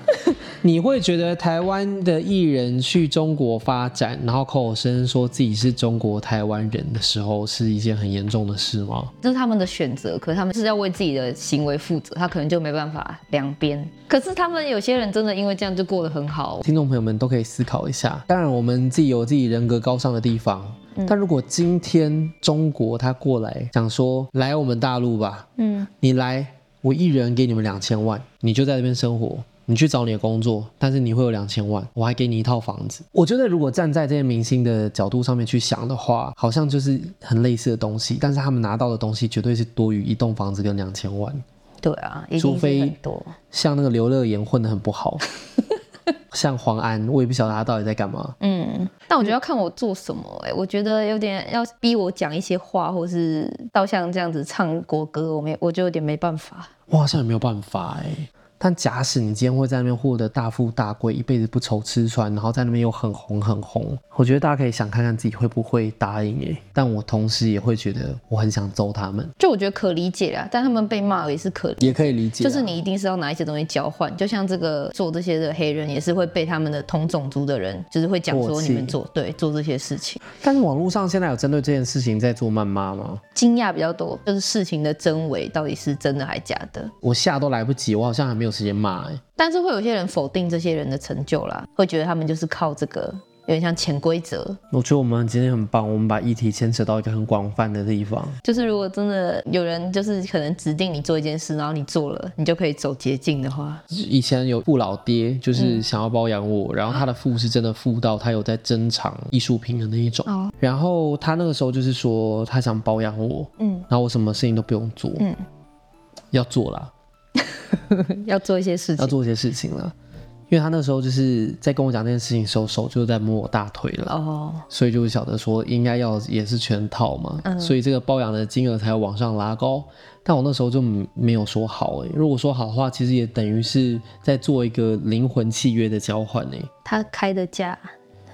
Speaker 2: 你会觉得台湾的艺人去中国发展，然后口口声声说自己是中国台湾人的时候，是一件很严重的事吗？
Speaker 1: 这是他们的选择，可是他们是要为自己的行为负责，他可能就没办法两边。可是他们有些人真的因为这样就过得很好，
Speaker 2: 听众朋友们都可以思考一下。当然，我们自己有自己人格高尚的地方，但如果今天中国他过来讲说来我们大陆吧，
Speaker 1: 嗯，
Speaker 2: 你来，我一人给你们两千万，你就在那边生活，你去找你的工作，但是你会有两千万，我还给你一套房子。我觉得如果站在这些明星的角度上面去想的话，好像就是很类似的东西，但是他们拿到的东西绝对是多于一栋房子跟两千万。
Speaker 1: 对啊，一
Speaker 2: 除
Speaker 1: 定是
Speaker 2: 非
Speaker 1: 很多。
Speaker 2: 像那个刘乐言混得很不 好，像黄安，我也不晓得他到底在干嘛。
Speaker 1: 嗯，但我觉得要看我做什么、欸，哎，我觉得有点要逼我讲一些话，或是到像这样子唱国歌，我没我就有点没办法。
Speaker 2: 我好像也没有办法哎。但假使你今天会在那边获得大富大贵，一辈子不愁吃穿，然后在那边又很红很红，我觉得大家可以想看看自己会不会答应哎。但我同时也会觉得我很想揍他们，
Speaker 1: 就我觉得可理解啦，但他们被骂也是可理
Speaker 2: 也可以理解啊、
Speaker 1: 就是你一定是要拿一些东西交换，就像这个做这些的黑人也是会被他们的同种族的人，就是会讲
Speaker 2: 唾
Speaker 1: 说
Speaker 2: 弃
Speaker 1: 你们做对做这些事情，
Speaker 2: 但是网络上现在有针对这件事情在做谩骂吗？
Speaker 1: 惊讶比较多，就是事情的真伪到底是真的还假的。
Speaker 2: 我吓都来不及，我好像还没有时间骂哎。
Speaker 1: 但是会有些人否定这些人的成就啦，会觉得他们就是靠这个，有点像潜规则，
Speaker 2: 我觉得我们今天很棒，我们把议题牵扯到一个很广泛的地方。
Speaker 1: 就是如果真的有人就是可能指定你做一件事，然后你做了，你就可以走捷径的话，
Speaker 2: 以前有富老爹，
Speaker 1: 嗯
Speaker 2: 就是想要包养我，然后他的富是真的富到他有在珍藏艺术品的那一种。
Speaker 1: 哦
Speaker 2: 然后他那个时候就是说他想包养我，
Speaker 1: 嗯，
Speaker 2: 然后我什么事情都不用做，
Speaker 1: 嗯，
Speaker 2: 要做啦，
Speaker 1: 要做一些事
Speaker 2: 要
Speaker 1: 情。
Speaker 2: 做一些事情啦。因为他那时候就是在跟我讲这件事情的时候，手就是在摸我大腿了，
Speaker 1: 哦，
Speaker 2: 所以就晓得说应该要也是全套嘛，
Speaker 1: 嗯
Speaker 2: 所以这个包养的金额才要往上拉高。但我那时候就没有说好欸诶、如果说好的话，其实也等于是在做一个灵魂契约的交换诶、欸
Speaker 1: 他开的价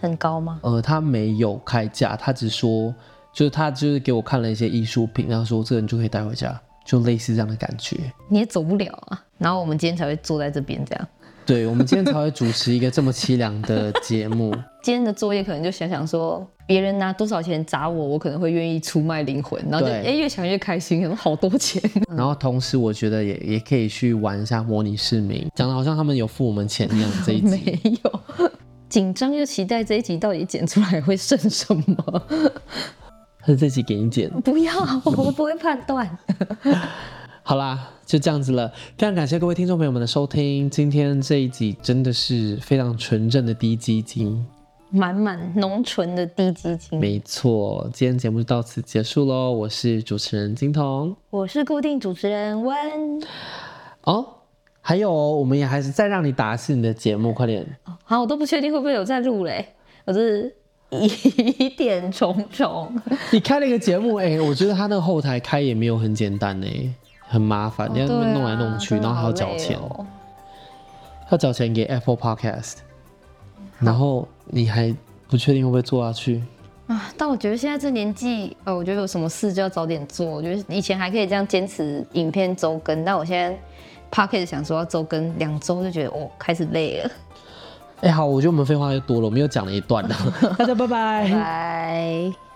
Speaker 1: 很高吗？
Speaker 2: 呃，他没有开价，他只说就是他就是给我看了一些艺术品，然后说这个你就可以带回家，就类似这样的感觉。
Speaker 1: 你也走不了啊。然后我们今天才会坐在这边这样。
Speaker 2: 对我们今天才会主持一个这么凄凉的 节目，
Speaker 1: 今天的作业可能就想想说，别人拿多少钱砸我，我可能会愿意出卖灵魂，然后就
Speaker 2: 对
Speaker 1: 哎越想越开心，有好多钱。
Speaker 2: 然后同时我觉得也也可以去玩一下模拟市民，讲的好像他们有付我们钱一样。这一 集
Speaker 1: 没有，紧张又期待这一集到底剪出来会剩什么？
Speaker 2: 还是这集给你剪。
Speaker 1: 不要，我不会判断。
Speaker 2: 好啦，就这样子了。非常感谢各位听众朋友们的收听，今天这一集真的是非常纯正的低基金。
Speaker 1: 满满浓醇的低基金，
Speaker 2: 没错，今天节目就到此结束喽。我是主持人金童
Speaker 1: 我是固定主持人温。
Speaker 2: 哦，还有哦我们也还是再让你打一次你的节目，快点。
Speaker 1: 哦好，我都不确定会不会有在录嘞，我是疑点重重。
Speaker 2: 你开了一个节目，哎、我觉得他那个后台开也没有很简单哎、很麻烦，你要
Speaker 1: 对啊
Speaker 2: 弄来弄去，
Speaker 1: 真的
Speaker 2: 然后还要
Speaker 1: 好
Speaker 2: 缴
Speaker 1: 累
Speaker 2: 钱，
Speaker 1: 哦
Speaker 2: 要缴钱给 Apple Podcast，然后你还不确定会不会做下去。
Speaker 1: 啊！但我觉得现在这年纪，呃，我觉得有什么事就要早点做。我觉得以前还可以这样坚持影片周更，但我现在 p o c k e t 想说要周更两周，就觉得哦开始累了。
Speaker 2: 哎、好，我觉得我们废话又多了，我们又讲了一段了，大家拜拜
Speaker 1: 拜。